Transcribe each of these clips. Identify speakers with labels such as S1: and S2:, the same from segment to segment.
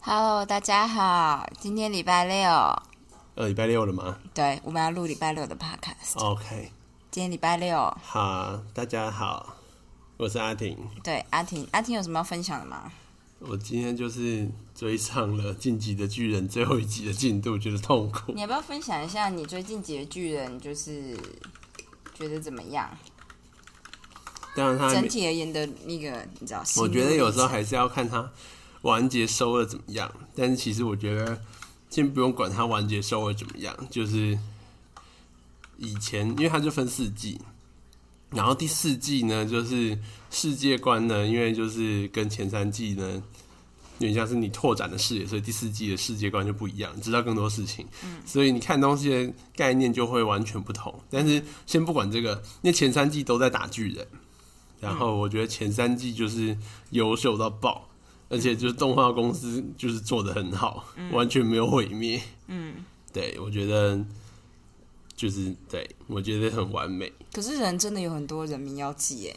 S1: Hello，大家好，今天礼拜六，
S2: 呃，礼拜六了吗
S1: 对，我们要录礼拜六的 podcast。
S2: ？OK，
S1: 今天礼拜六，
S2: 好，大家好，我是阿婷，
S1: 对阿婷，阿婷有什么要分享的吗？
S2: 我今天就是追上了《晋级的巨人》最后一集的进度，觉得痛苦
S1: 你。要不要分享一下你最近几个巨人就是觉得怎么样？
S2: 当然他
S1: 整
S2: 没，
S1: 体而言的那个，你知道？
S2: 呃我觉得
S1: 心路历程
S2: 有时候还是要看他完结收了怎么样，但是其实我觉得先不用管他完结收了怎么样，就是以前因为它就分四季，然后第四季呢就是世界观呢，因为就是跟前三季呢有点像是你拓展的视野，所以第四季的世界观就不一样，知道更多事情，所以你看东西的概念就会完全不同。但是先不管这个，因为前三季都在打巨人，然后我觉得前三季就是优秀到爆，而且就是动画公司就是做的很好，完全没有毁灭。嗯，对，我觉得就是对我觉得很完美。
S1: 可是人真的有很多人民要记耶，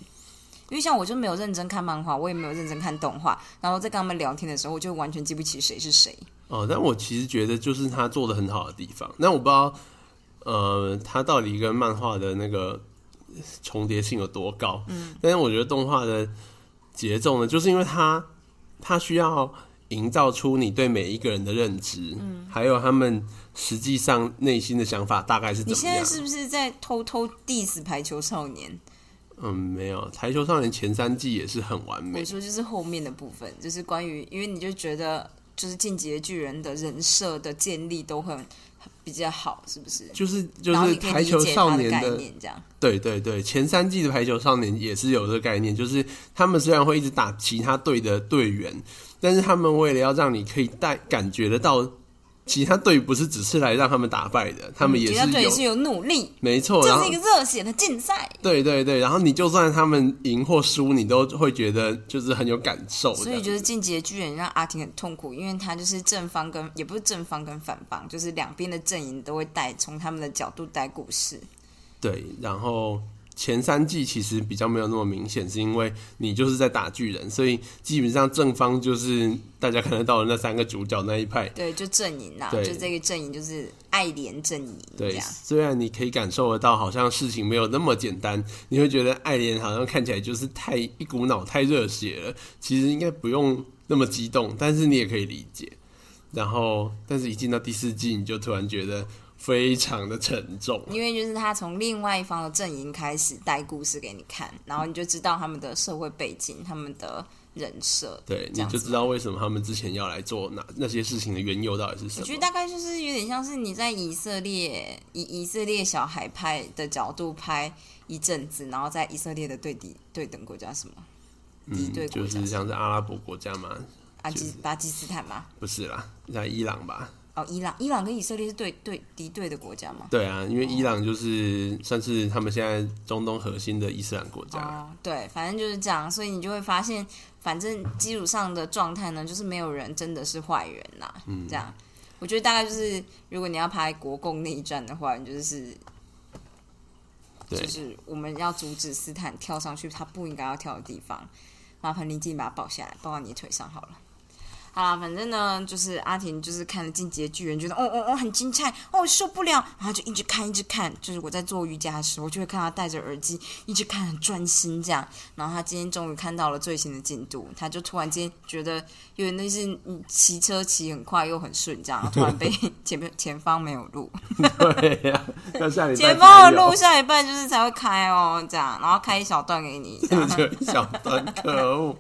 S1: 因为像我就没有认真看漫画，我也没有认真看动画，然后在跟他们聊天的时候，我就完全记不起谁是谁。
S2: 哦，但我其实觉得就是他做的很好的地方。那我不知道，呃，他到底跟漫画的那个重叠性有多高？嗯，但是我觉得动画的节奏呢，就是因为它它需要营造出你对每一个人的认知，嗯，还有他们实际上内心的想法大概是
S1: 你
S2: 怎么
S1: 现在
S2: 样。
S1: 是不是在偷偷 diss 排球少年？
S2: 嗯，没有，《台球少年》前三季也是很完美
S1: 我，说就是后面的部分，就是关于，因为你就觉得就是进击的巨人的人设的建立都很比较好，是不是？
S2: 就是就
S1: 然后
S2: 是
S1: 你
S2: 《
S1: 可以
S2: 台
S1: 理
S2: 球
S1: 解
S2: 少
S1: 他的
S2: 年》
S1: 概
S2: 的
S1: 念，这样
S2: 对对对，前三季的排球少年也是有这个概念，就是他们虽然会一直打其他队的队员，但是他们为了要让你可以带感觉得到，其他队不是只是来让他们打败的，他们也
S1: 觉
S2: 是
S1: 得对
S2: 有、
S1: 也是有努力，
S2: 没错，然
S1: 这
S2: 后
S1: 是一个热血的竞赛。
S2: 对对对，然后你就算他们赢或输，你都会觉得就是很有感受的，
S1: 所以就是进击的巨人让阿婷很痛苦，因为他就是正方跟也不是正方跟反方，就是两边的阵营都会带从他们的角度带故事。
S2: 对，然后前三季其实比较没有那么明显，是因为你就是在打巨人，所以基本上正方就是大家看得到的那三个主角那一派。
S1: 对，就阵营啦，
S2: 对
S1: 就这个阵营就是爱莲阵营这
S2: 对，
S1: 样。
S2: 虽然你可以感受得到，好像事情没有那么简单，你会觉得爱莲好像看起来就是太一股脑太热血了，其实应该不用那么激动，但是你也可以理解。然后，但是一进到第四季，你就突然觉得非常的沉重。
S1: 因为就是他从另外一方的阵营开始带故事给你看，然后你就知道他们的社会背景、他们的人设。
S2: 对，
S1: 这
S2: 你
S1: 样
S2: 就
S1: 子
S2: 知道为什么他们之前要来做哪那些事情的缘由到底是什
S1: 我
S2: 么
S1: 觉。得大概就是有点像是你在以色列以以色列小孩拍的角度拍一阵子，然后在以色列的对敌对等国家什么敌对
S2: 嗯，
S1: 国
S2: 就
S1: 家、
S2: 是像是阿拉伯国家嘛，
S1: 阿基巴基斯坦嘛，
S2: 不是啦，在伊朗吧？
S1: 哦，伊朗伊朗跟以色列是对对敌对的国家嘛？
S2: 对啊，因为伊朗就是算是他们现在中东核心的伊斯兰国家。
S1: 哦，对，反正就是这样，所以你就会发现，反正基础上的状态呢，就是没有人真的是坏人啦。嗯，这样，我觉得大概就是，如果你要拍国共内战的话，你就是，
S2: 对
S1: 就是我们要阻止斯坦跳上去他不应该要跳的地方，麻烦林静把他抱下来，抱到你的腿上好了。好啦，反正呢，就是阿婷就是看了《进击的巨人》，觉得哦哦哦很精彩，哦受不了，然后就一直看一直看。就是我在做瑜伽的时候，就会看她戴着耳机一直看，很专心这样。然后她今天终于看到了最新的进度，她就突然间觉得有点类似嗯骑车骑很快又很顺这样，然后突然 被前面前方没有 路，
S2: 对呀、要下礼拜
S1: 前方
S2: 才
S1: 的
S2: 有
S1: 路下一半就是才会开哦这样，然后开一小段给你这样。
S2: 真的 就一小段，可恶。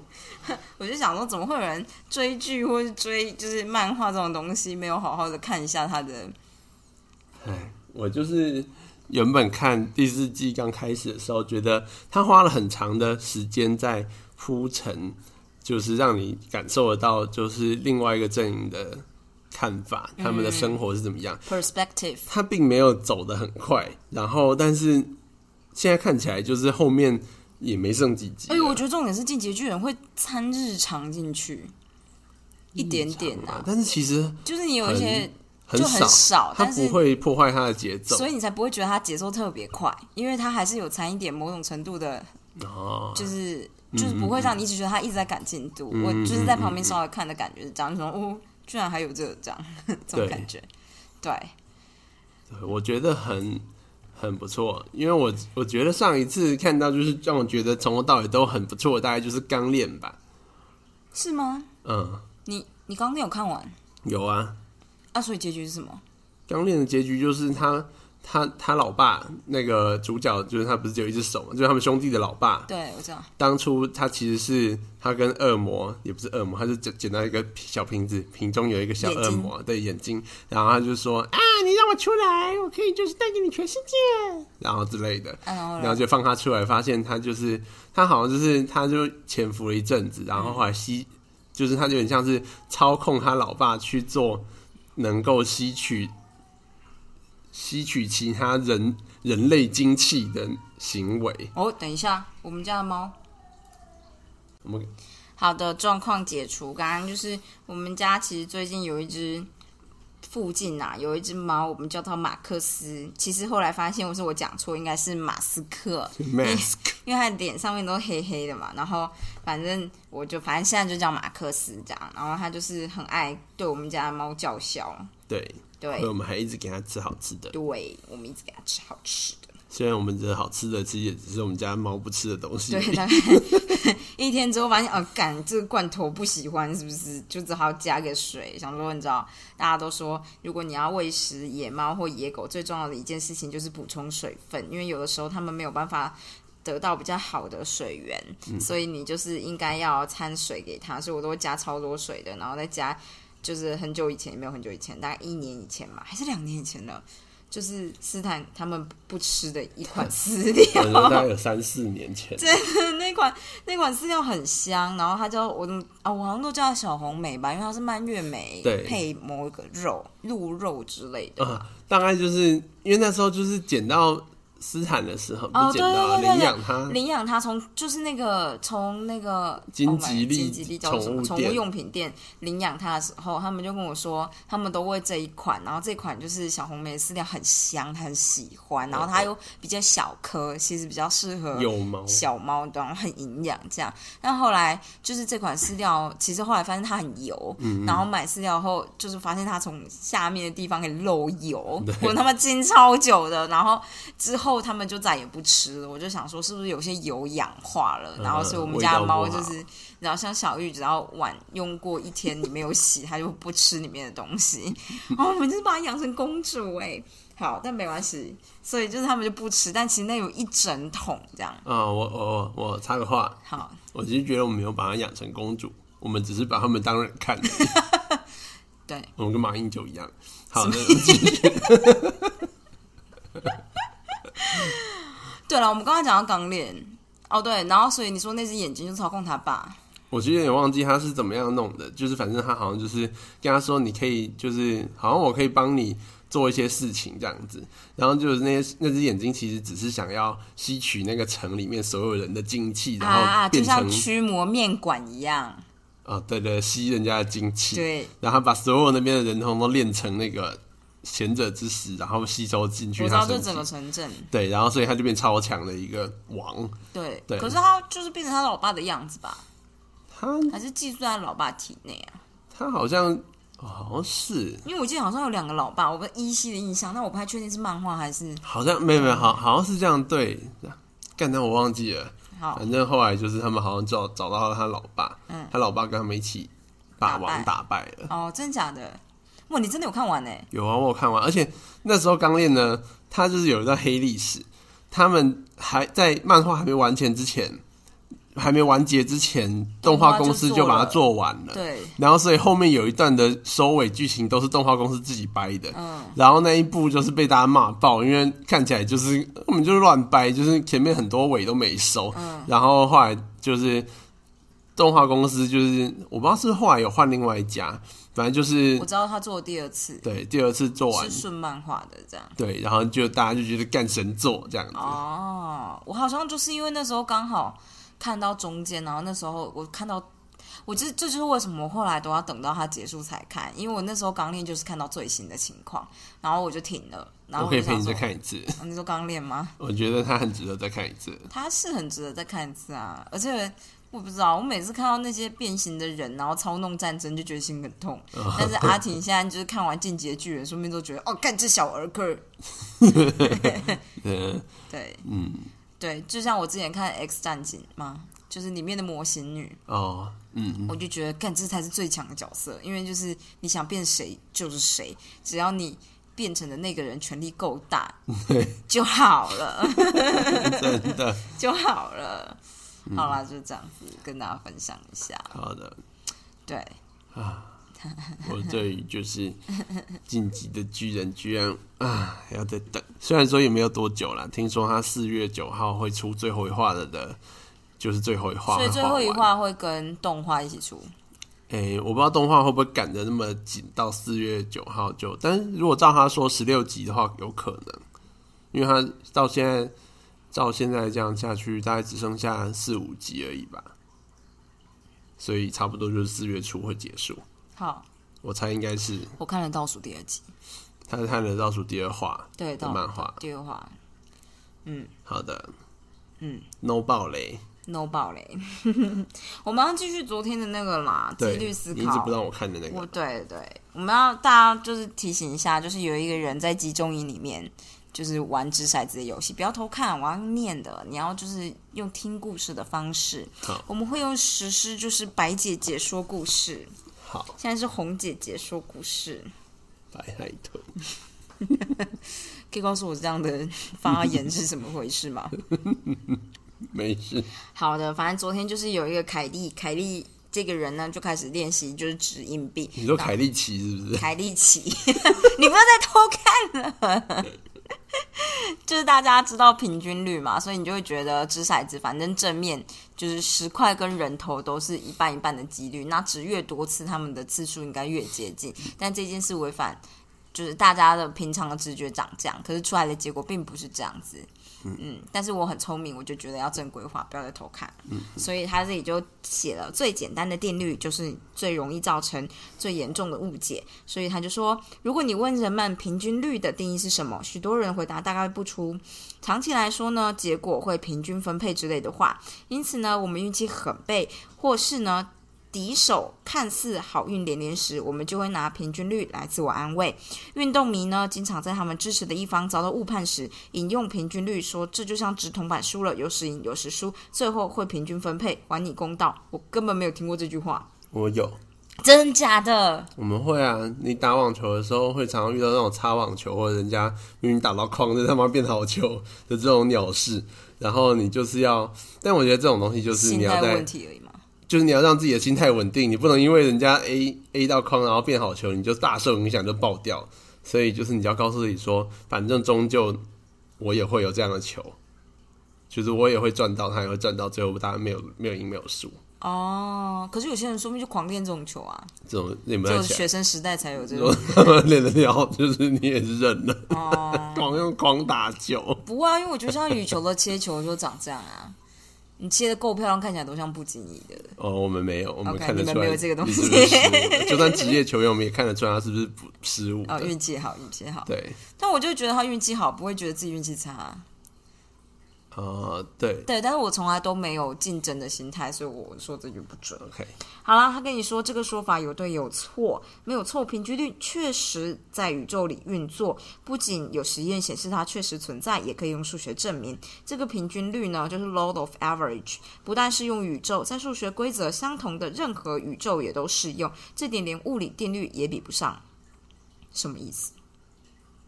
S1: 我就想说，怎么会有人追剧或是追就是漫画这种东西，没有好好的看一下它的？
S2: 哎，我就是原本看第四季刚开始的时候，觉得他花了很长的时间在铺陈，就是让你感受得到，就是另外一个阵营的看法，他们的生活是怎么样。
S1: perspective，
S2: 他并没有走得很快，然后但是现在看起来就是后面也没剩几集了。
S1: 哎、我觉得重点是《进击的巨人》会掺日常进去一点点
S2: 啊
S1: 啊，
S2: 但是其实
S1: 就是你有一些
S2: 很
S1: 就很
S2: 少，
S1: 少
S2: 他
S1: 但是
S2: 不会破坏他的节奏。
S1: 所以你才不会觉得它节奏特别快，因为它还是有掺一点某种程度的，
S2: 哦，
S1: 就是就是不会让你一直觉得它一直在赶进度。我就是在旁边稍微看的感觉是这样，就说哦，居然还有这这样这种 感觉，对，
S2: 对我觉得很很不错，因为我我觉得上一次看到就是让我觉得从头到尾都很不错，大概就是《钢炼》吧。
S1: 是吗？
S2: 嗯，
S1: 你你刚刚有看完
S2: 有啊，
S1: 啊？所以结局是什么？
S2: 《钢炼》的结局就是他他他老爸那个主角，就是他不是只有一只手嘛，就是他们兄弟的老爸。
S1: 对，我知道，
S2: 当初他其实是他跟恶魔，也不是恶魔，他就捡捡到一个小瓶子，瓶中有一个小恶魔的眼睛，然后他就说啊，你让我出来，我可以就是带给你全世界，然后之类的。
S1: 啊、然后
S2: 然后
S1: 嘞
S2: 就放他出来，发现他就是他好像就是他就潜伏了一阵子，然后后来吸，就是他有点像是操控他老爸去做能够吸取吸取其他人人类精气的行为。
S1: 哦，等一下，我们家的猫。
S2: 我们
S1: 好的状况解除。刚刚就是我们家其实最近有一只附近啊有一只猫，我们叫它马克思。其实后来发现我是我讲错，应该是马斯克，
S2: mask
S1: 因为它的脸上面都黑黑的嘛。然后反正我就反正现在就叫马克思这样。然后它就是很爱对我们家的猫叫嚣，
S2: 对，
S1: 对
S2: 所以我们还一直给他吃好吃的，
S1: 对，我们一直给它吃好吃的。
S2: 虽然我们这好吃的其实也只是我们家猫不吃的东西而
S1: 对，
S2: 已。
S1: 大概一天之后发现，哦，干这个罐头不喜欢，是不是？就只好加个水。想说，你知道，大家都说，如果你要喂食野猫或野狗，最重要的一件事情就是补充水分，因为有的时候它们没有办法。得到比较好的水源，所以你就是应该要掺水给它，所以我都会加超多水的，然后再加就是很久以前也没有很久以前，大概一年以前嘛，还是两年以前了，就是斯坦他们不吃的一款饲料
S2: 我，觉得大概有三四年前，
S1: 那款那款饲料很香，然后它叫我怎么啊？我好像都叫它小红莓吧，因为它是蔓越莓
S2: 对
S1: 配某一个肉鹿肉之类的。
S2: 啊，大概就是因为那时候就是捡到斯坦的时候，不
S1: 哦
S2: 是捡到啊
S1: 对对对对
S2: 领养它，
S1: 领养它从就是那个从那个
S2: 金吉利
S1: Oh my- 金吉利叫做什么
S2: 宠
S1: 宠
S2: 物店
S1: 物用品店领养它的时候，他们就跟我说，他们都喂这一款，然后这款就是小红莓饲料很香，他很喜欢，然后
S2: 哦
S1: 它又比较小颗，其实比较适合
S2: 有毛，
S1: 小猫，然后很营养这样。但后来就是这款饲料，其实后来发现它很油，
S2: 嗯
S1: 然后买饲料后就是发现它从下面的地方给漏油，我他妈煎超久的。然后之后他们就再也不吃了。我就想说，是不是有些油氧化了？
S2: 嗯
S1: 然后所以我们
S2: 味
S1: 家
S2: 道
S1: 的
S2: 不
S1: 猫
S2: 好
S1: 就是，然后像小玉，只要碗用过一天你没有洗，它就不吃里面的东西。 哦，我们就是把它养成公主哎、好，但没关系，所以就是他们就不吃，但其实那有一整桶这样。
S2: 啊、我我我我插个话，
S1: 好，
S2: 我其实觉得我们没有把它养成公主，我们只是把它们当人看而已
S1: 对，
S2: 我们跟马英九一样。 好的，
S1: 对了，我们刚刚讲到港脸，哦对，然后所以你说那只眼睛就操控他爸，
S2: 我其实有点忘记他是怎么样弄的，就是反正他好像就是跟他说，你可以就是好像我可以帮你做一些事情这样子，然后就是那些那只眼睛其实只是想要吸取那个城里面所有人的精气，然
S1: 啊，
S2: 后
S1: 就
S2: 变成
S1: 像驱魔面馆一样，
S2: 啊、对对，吸人家的精气，
S1: 对，
S2: 然后把所有那边的人通通练成那个贤者之石，然后吸收进
S1: 我
S2: 去
S1: 知
S2: 他
S1: 道这
S2: 身
S1: 整个
S2: 体。
S1: 城镇，
S2: 对，然后所以他就变超强的一个王。
S1: 对，
S2: 对
S1: 可是他就是变成他老爸的样子吧，
S2: 他
S1: 还是寄宿在老爸体内啊？
S2: 他好像、哦好像是
S1: 因为我记得好像有两个老爸，我不依稀的印象，但我不太确定是漫画还是
S2: 好像没有没有好好像是这样对，干但我忘记了。
S1: 好
S2: 反正后来就是他们好像找找到了他老爸，嗯、他老爸跟他们一起把
S1: 打败
S2: 王打败了。
S1: 哦，真的假的？哇，你真的有看完欸呢？
S2: 有啊，我有看完，而且那时候刚练呢，他就是有一段黑历史，他们还在漫画还没完全之前，还没完结之前，动画公司就把它做完了。
S1: 对，
S2: 然后，所以后面有一段的收尾剧情都是动画公司自己掰的，
S1: 嗯
S2: 然后那一部就是被大家骂爆，因为看起来就是根本就是乱掰，就是前面很多尾都没收，
S1: 嗯
S2: 然后后来就是动画公司就是我不知道是不是后来有换另外一家，反正就是
S1: 我知道他做的第二次
S2: 对第二次做完
S1: 是顺漫画的这样。
S2: 对，然后就大家就觉得干神作这样子。
S1: 哦，我好像就是因为那时候刚好看到中间，然后那时候我看到，我这这就是为什么我后来都要等到它结束才看，因为我那时候刚练就是看到最新的情况，然后我就停了，然后
S2: 我可以
S1: 就
S2: 陪
S1: 想
S2: 你
S1: 说
S2: 再，看一次，
S1: 啊你说刚练吗？
S2: 我觉得它很值得再看一次。
S1: 它是很值得再看一次啊，而且。我不知道，我每次看到那些变形的人，然后操弄战争，就觉得心很痛。
S2: 哦
S1: 但是阿婷现在就是看完《进击的巨人》，说不定都觉得哦，干这小儿科儿。
S2: 呃，
S1: 对
S2: 嗯，
S1: 对，就像我之前看《X 战警》嘛，就是里面的模型女，
S2: 哦， 嗯，
S1: 我就觉得干这才是最强的角色，因为就是你想变谁就是谁，只要你变成的那个人权力够大
S2: 对，
S1: 就好了，
S2: 真的，
S1: 就好了。
S2: 嗯
S1: 好啦，就这样子跟大家分享一下。
S2: 好的。
S1: 对，
S2: 我对于就是晋级的巨人居然啊还要再等，虽然说也没有多久啦，听说他四月九号会出最后一话了的，就是最后一话，
S1: 所以最后一
S2: 会画完。
S1: 话会跟动画一起出。
S2: 诶、我不知道动画会不会赶得那么紧，到四月九号就，但是如果照他说十六集的话，有可能，因为他到现在照现在这样下去，大概只剩下四五集而已吧，所以差不多就是四月初会结束，
S1: 好，
S2: 我猜应该是
S1: 我看了倒数第二集，
S2: 他是看了倒数第二话，
S1: 对，
S2: 的
S1: 倒
S2: 漫画。
S1: 第二话
S2: 好的，
S1: 嗯
S2: ，No 暴雷，
S1: ，no 爆雷。 我们要继续昨天的那个啦，纪
S2: 对，
S1: 律思
S2: 你一直
S1: 考
S2: 不。让我看的那
S1: 我
S2: 个，
S1: 对对，我们要大家就是提醒一下，就是有一个人在集中营里面，就是玩掷骰子的游戏，不要偷看，我要用念的，你要就是用听故事的方式。
S2: 好
S1: 我们会用实施，就是白姐姐说故事，
S2: 好，
S1: 现在是红姐姐说故事。
S2: 白海豚，
S1: 可以告诉我这样的发言是怎么回事 吗？
S2: 没事，
S1: 好的，反正昨天就是有一个凯莉，凯莉这个人呢就开始练习就是掷硬币，
S2: 你说凯利奇是 不是？
S1: 凯莉奇，你不要再偷看了。就是大家知道平均率嘛，所以你就会觉得掷骰子，反正正面就是十块跟人头都是一半一半的几率，那掷越多次，他们的次数应该越接近。但这件事违反就是大家的平常的直觉长这样，可是出来的结果并不是这样子。嗯，但是我很聪明，我就觉得要正规化，不要再偷看。所以他这里就写了最简单的定律，就是最容易造成最严重的误解。所以他就说，如果你问人们平均率的定义是什么，许多人回答大概不出。长期来说呢，结果会平均分配之类的话，因此呢，我们运气很背，或是呢。敌手看似好运连连时，我们就会拿平均率来自我安慰。运动迷呢，经常在他们支持的一方遭到误判时，引用平均律说，这就像直筒板输了，有时赢有时输，最后会平均分配，还你公道。我根本没有听过这句话，
S2: 我有，
S1: 真假的？
S2: 我们会啊，你打网球的时候会常常遇到那种擦网球，或者人家明明打到框，但他妈变好球的这种鸟事，然后你就是要，但我觉得这种东西就是
S1: 心
S2: 你
S1: 态
S2: 要在
S1: 问题而已嘛。
S2: 就是你要让自己的心态稳定，你不能因为人家 A A 到框然后变好球，你就大受影响就爆掉。所以就是你要告诉自己说，反正终究我也会有这样的球，就是我也会赚到，他也会赚到，最后大家没有没有赢没有输，
S1: 哦，可是有些人说不定就狂练这种球啊，
S2: 这种你们
S1: 只有
S2: 在想，
S1: 学生时代才有这 种。
S2: 他们练得了，就是你也是认了，
S1: 哦，
S2: 狂用狂打球，
S1: 不会啊，因为我觉得像羽球的切球就长这样啊，你切的够漂亮，看起来都像不经意的。
S2: 哦，我们没有，我们
S1: OK，
S2: 看得
S1: 你们
S2: 出来
S1: 没有这个东西
S2: 你是不是失误的就算职业球员，我们也看得出来他是不是不失误
S1: 哦，
S2: 的，
S1: 运气好，运气好。
S2: 对，
S1: 但我就觉得他运气好，不会觉得自己运气差啊、
S2: 呃，对
S1: 对，但是我从来都没有竞争的心态，所以我说这句不准。
S2: ，OK，
S1: 好啦，他跟你说这个说法有对有错，没有错。平均率确实在宇宙里运作，不仅有实验显示它确实存在，也可以用数学证明。这个平均率呢，就是 law of average，不但适用宇宙，在数学规则相同的任何宇宙也都适用。这点连物理定律也比不上。什么意思？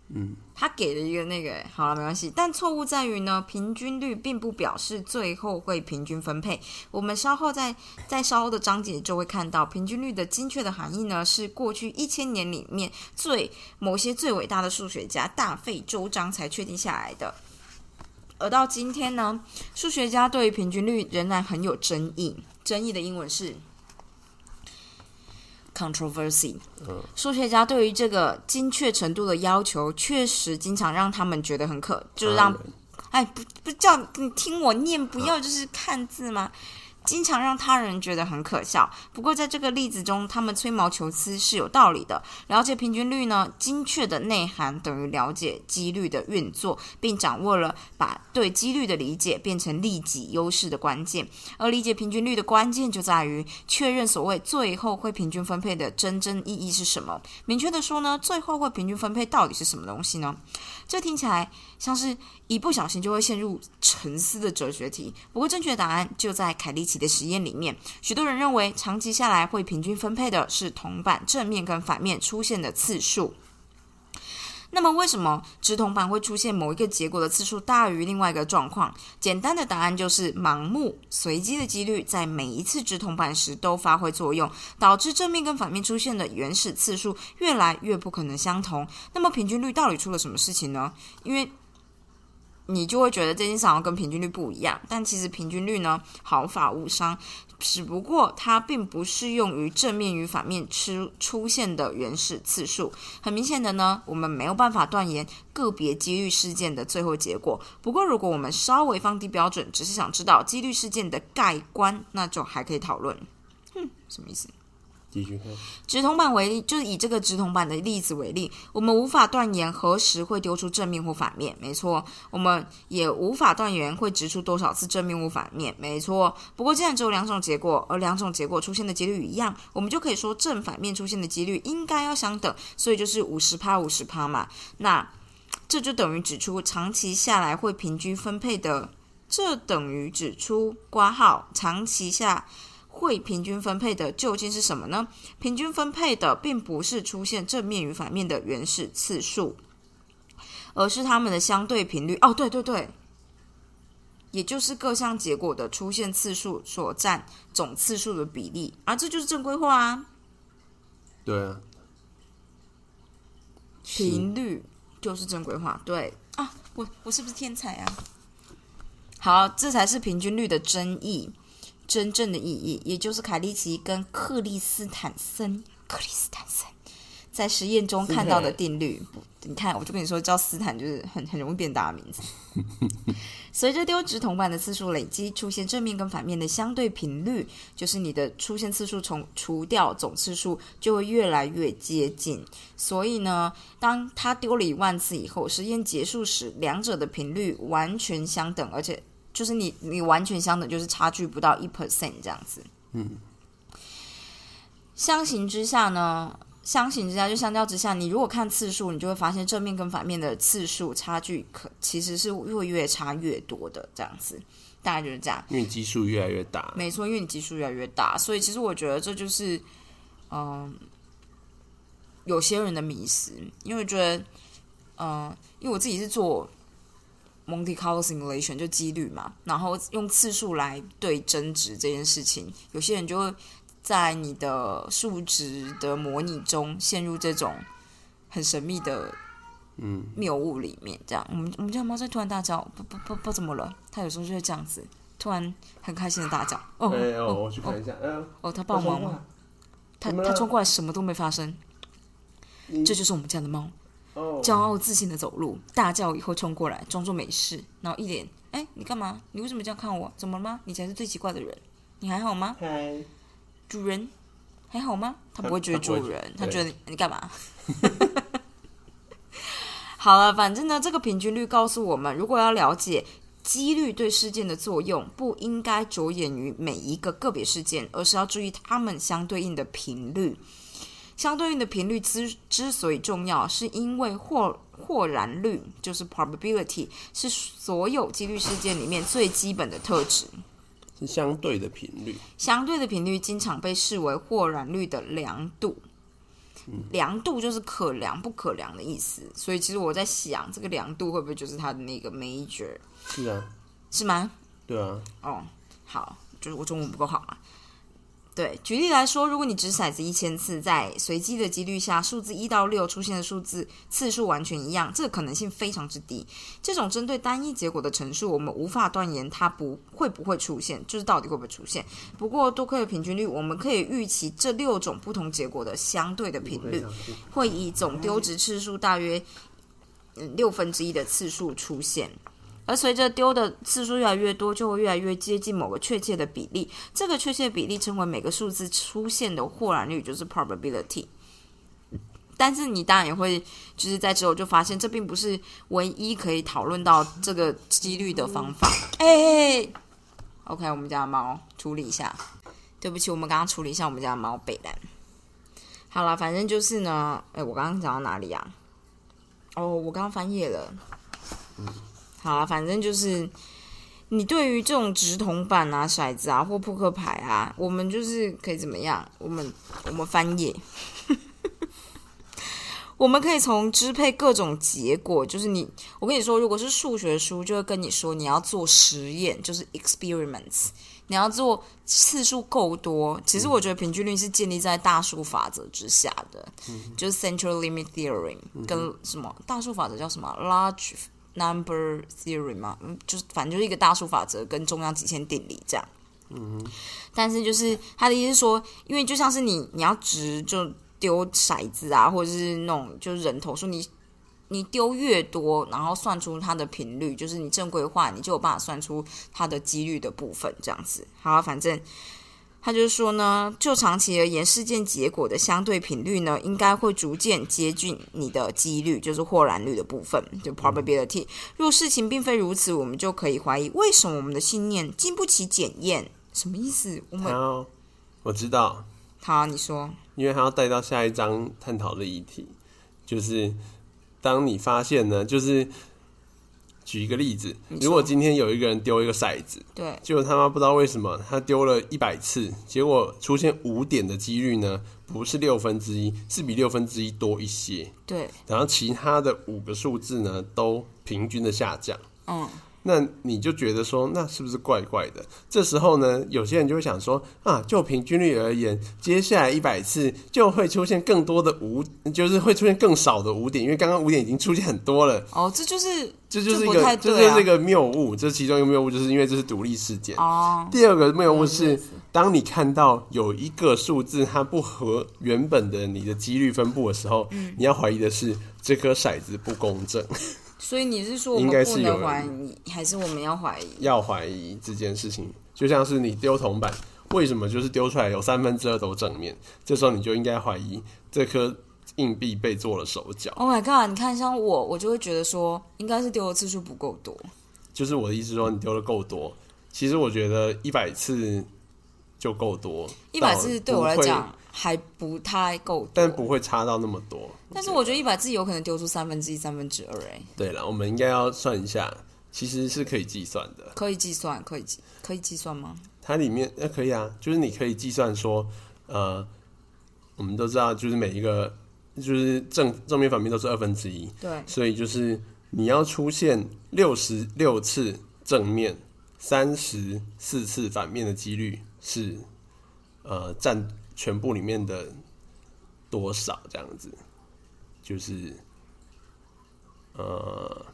S1: 嗯，他给了一个那个，好了，没关系。但错误在于呢，平均率并不表示最后会平均分配。我们稍后再在稍后的章节就会看到，平均律的精确的含义呢，是过去一千年里面最某些最伟大的数学家大费周章才确定下来的。而到今天呢，数学家对于平均律仍然很有争议，争议的英文是 controversy。数学家对于这个精确程度的要求，确实经常让他们觉得很可，就是让
S2: 当然
S1: 哎，不不叫你听我念，不要就是看字吗？经常让他人觉得很可笑。不过在这个例子中，他们吹毛求疵是有道理的。了解平均率呢，精确的内涵等于了解几率的运作，并掌握了把对几率的理解变成利己优势的关键。而理解平均率的关键就在于确认所谓最后会平均分配的真正意义是什么。明确的说呢，最后会平均分配到底是什么东西呢？这听起来像是一不小心就会陷入沉思的哲学题。不过，正确答案就在凯利奇的实验里面。许多人认为，长期下来会平均分配的是铜板正面跟反面出现的次数。那么，为什么直铜板会出现某一个结果的次数大于另外一个状况？简单的答案就是盲目随机的几率在每一次直铜板时都发挥作用，导致正面跟反面出现的原始次数越来越不可能相同。那么，平均率到底出了什么事情呢？因为你就会觉得这件事好像跟平均率不一样，但其实平均率呢毫发无伤，只不过它并不适用于正面与反面出出现的原始次数。很明显的呢，我们没有办法断言个别几率事件的最后结果。不过，如果我们稍微放低标准，只是想知道几率事件的概观，那就还可以讨论。哼、嗯什么意思？
S2: 继续看，
S1: 直筒板为例，就是以这个直筒板的例子为例，我们无法断言何时会丢出正面或反面，没错。我们也无法断言会掷出多少次正面或反面，没错。不过，既然只有两种结果，而两种结果出现的几率一样，我们就可以说正反面出现的几率应该要相等，所以就是五十趴五十趴嘛。那这就等于指出长期下来会平均分配的，这等于指出挂号长期下。会平均分配的究竟是什么呢？平均分配的并不是出现正面与反面的原始次数，而是它们的相对频率。哦，对对对，也就是各项结果的出现次数所占总次数的比例啊，这就是正规化啊，
S2: 对啊，
S1: 频率就是正规化。对啊，我我是不是天才啊？好，这才是平均率的真意。真正的意义，也就是凯利奇跟克利斯坦森、克里斯坦森在实验中看到的定律。你看，我就跟你说，叫斯坦就是很很容易变大的名 字。随着丢掷铜板的次数累积，出现正面跟反面的相对频率，就是你的出现次数从除掉总次数，就会越来越接近。所以呢，当他丢了一万次以后，实验结束时，两者的频率完全相等，而且就是你你完全相等，就是差距不到一 percent 这样子。
S2: 嗯，
S1: 相形之下呢，相形之下就相较之下，你如果看次数，你就会发现正面跟反面的次数差距可其实是会越差越多的这样子，大概就是这样。
S2: 因为基数越来越大，
S1: 没错，因为你基数越来越大，所以其实我觉得这就是，嗯、有些人的迷失，因为我觉得，嗯、因为我自己是做 Monte Carlo simulation 就几率嘛，然后用次数来对真值这件事情，有些人就会在你的数值的模拟中陷入这种很神秘的
S2: 嗯，
S1: 谬误里面，这样。我们我们家猫在突然大叫，不不不不怎么了，它有时候就会这样子，突然很开心的大叫。哦
S2: 哎哦，
S1: 哦
S2: 我去看一下，嗯，
S1: 哦，它帮忙了，它
S2: 怎么
S1: 它
S2: 了
S1: 冲过来什么都没发生，这就是我们家的猫，
S2: 哦，
S1: 骄傲自信的走路，大叫以后冲过来，装作没事，然后一脸，哎，你干嘛？你为什么这样看我？怎么了吗？你才是最奇怪的人，你还好吗？
S2: 嗨，
S1: 主人还好吗？他
S2: 他
S1: 不会觉得
S2: 他不会
S1: 主人，
S2: 觉
S1: 他
S2: 对
S1: 觉得你你干嘛？ 好了，反正呢，这个平均率告诉我们，如果要了解几率对事件的作用，不应该着眼于每一个个别事件，而是要注意它们相对应的频率。相对应的频率之之所以重要，是因为或或然率就是 probability 是所有几率事件里面最基本的特质。
S2: 是相对的频率，
S1: 相对的频率经常被视为或然率的量度。量度就是可量不可量的意思，所以其实我在想，这个量度会不会就是它的那个 major
S2: 是啊，
S1: 是吗？
S2: 对啊，
S1: 哦，好，就是我中文不够好嘛。对，举例来说，如果你掷骰子一千次，在随机的几率下，数字一到六出现的数字次数完全一样，这个可能性非常之低。这种针对单一结果的陈述，我们无法断言它不会不会出现，就是到底会不会出现。不过多亏的平均率，我们可以预期这六种不同结果的相对的频率。会以总丢掷次数大约嗯六分之一的次数出现。而随着丢的次数越来越多，就会越来越接近某个确切的比例。这个确切比例称为每个数字出现的或然率，就是 probability。但是你当然也会，就是在之后就发现，这并不是唯一可以讨论到这个几率的方法。哎、o k 我们家的猫处理一下，对不起，我们刚刚处理一下我们家的猫北兰。好啦，反正就是呢，哎、我刚刚讲到哪里啊？哦，我刚刚翻页了。好啦，啊反正就是你对于这种直筒板啊、骰子啊或扑克牌啊，我们就是可以怎么样？我们我们翻页。 我们可以从支配各种结果，就是你，我跟你说，如果是数学书，就会跟你说你要做实验，就是 experiments，你要做次数够多。其实我觉得平均率是建立在大数法则之下的，就是 central limit theorem 跟什么大数法则叫什么 large number theory 嘛，嗯就是反正就是一个大数法则跟中央极限定理这样。嗯但是就是他的意思是说，因为就像是你你要掷就丢骰子啊，或者是那种就是人头说你你丢越多，然后算出它的频率，就是你正规化，你就有办法算出它的几率的部分这样子。好、啊，反正。他就是说呢，就长期而言，事件结果的相对频率呢，应该会逐渐接近你的几率，就是或然率的部分，就 probability。若事情并非如此，我们就可以怀疑为什么我们的信念经不起检验。什么意思？我
S2: 他
S1: 们
S2: 要我知道，
S1: 好，你说，
S2: 因为他要带到下一章探讨的议题，就是当你发现呢，就是举一个例子，
S1: 你说
S2: 如果今天有一个人丢一个骰子，
S1: 对，
S2: 结果他妈不知道为什么他丢了一百次，结果出现五点的几率呢，不是六分之一，是比六分之一多一些，
S1: 对，
S2: 然后其他的五个数字呢都平均的下降。
S1: 嗯，
S2: 那你就觉得说，那是不是怪怪的？这时候呢，有些人就会想说，啊，就平均率而言，接下来一百次就会出现更多的五，就是会出现更少的五点，因为刚刚五点已经出现很多了。
S1: 哦，这就是
S2: 这就是
S1: 这
S2: 一
S1: 不
S2: 个，
S1: 太
S2: 这
S1: 对啊
S2: 就是一个谬误。这其中一个谬误，就是因为这是独立事件。
S1: 哦，
S2: 第二个谬误
S1: 有意
S2: 是
S1: 思，
S2: 当你看到有一个数字它不合原本的你的几率分布的时候，
S1: 嗯
S2: 你要怀疑的是这颗骰子不公正，
S1: 所以你是说我
S2: 应该
S1: 们
S2: 是
S1: 不
S2: 有
S1: 能
S2: 人
S1: 怀疑，还是我们要怀疑？
S2: 要怀疑这件事情。就像是你丢铜板，为什么就是丢出来有三分之二都正面？这时候你就应该怀疑这颗硬币被做了手脚。
S1: Oh my god！你看，像我，我就会觉得说，应该是丢的次数不够多。
S2: 就是我的意思说，你丢的够多。其实我觉得一百次就够多，
S1: 一百
S2: 到
S1: 次对我来
S2: 不会
S1: 讲还不太够多，
S2: 但不会差到那么多。
S1: 但是我觉得一百次有可能丢出三分之一、三分之二，哎，
S2: 对了，我们应该要算一下，其实是可以计算的。
S1: 可以计算，可以计，可以计算吗？
S2: 它里面那、呃可以啊，就是你可以计算说，呃，我们都知道，就是每一个就是正正面反面都是二分之一，
S1: 对，
S2: 所以就是你要出现六十六次正面，三十四次反面的几率是呃占全部里面的多少这样子，就是呃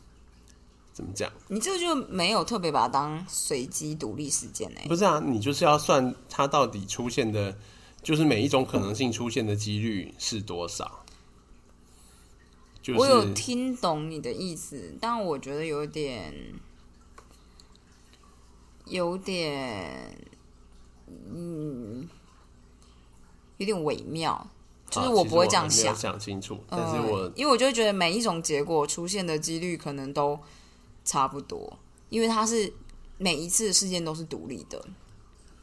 S2: 怎么讲？
S1: 你这个就没有特别把它当随机独立事件哎，
S2: 不是啊，你就是要算它到底出现的，就是每一种可能性出现的几率是多少。就是啊
S1: 我有听懂你的意思，但我觉得有点，有点，嗯，有点微妙，就是
S2: 好
S1: 我
S2: 啊其实
S1: 不会这样
S2: 还没有
S1: 想。
S2: 想清楚，但
S1: 嗯，
S2: 是我
S1: 因为我就会觉得每一种结果出现的几率可能都差不多，因为它是每一次事件都是独立的，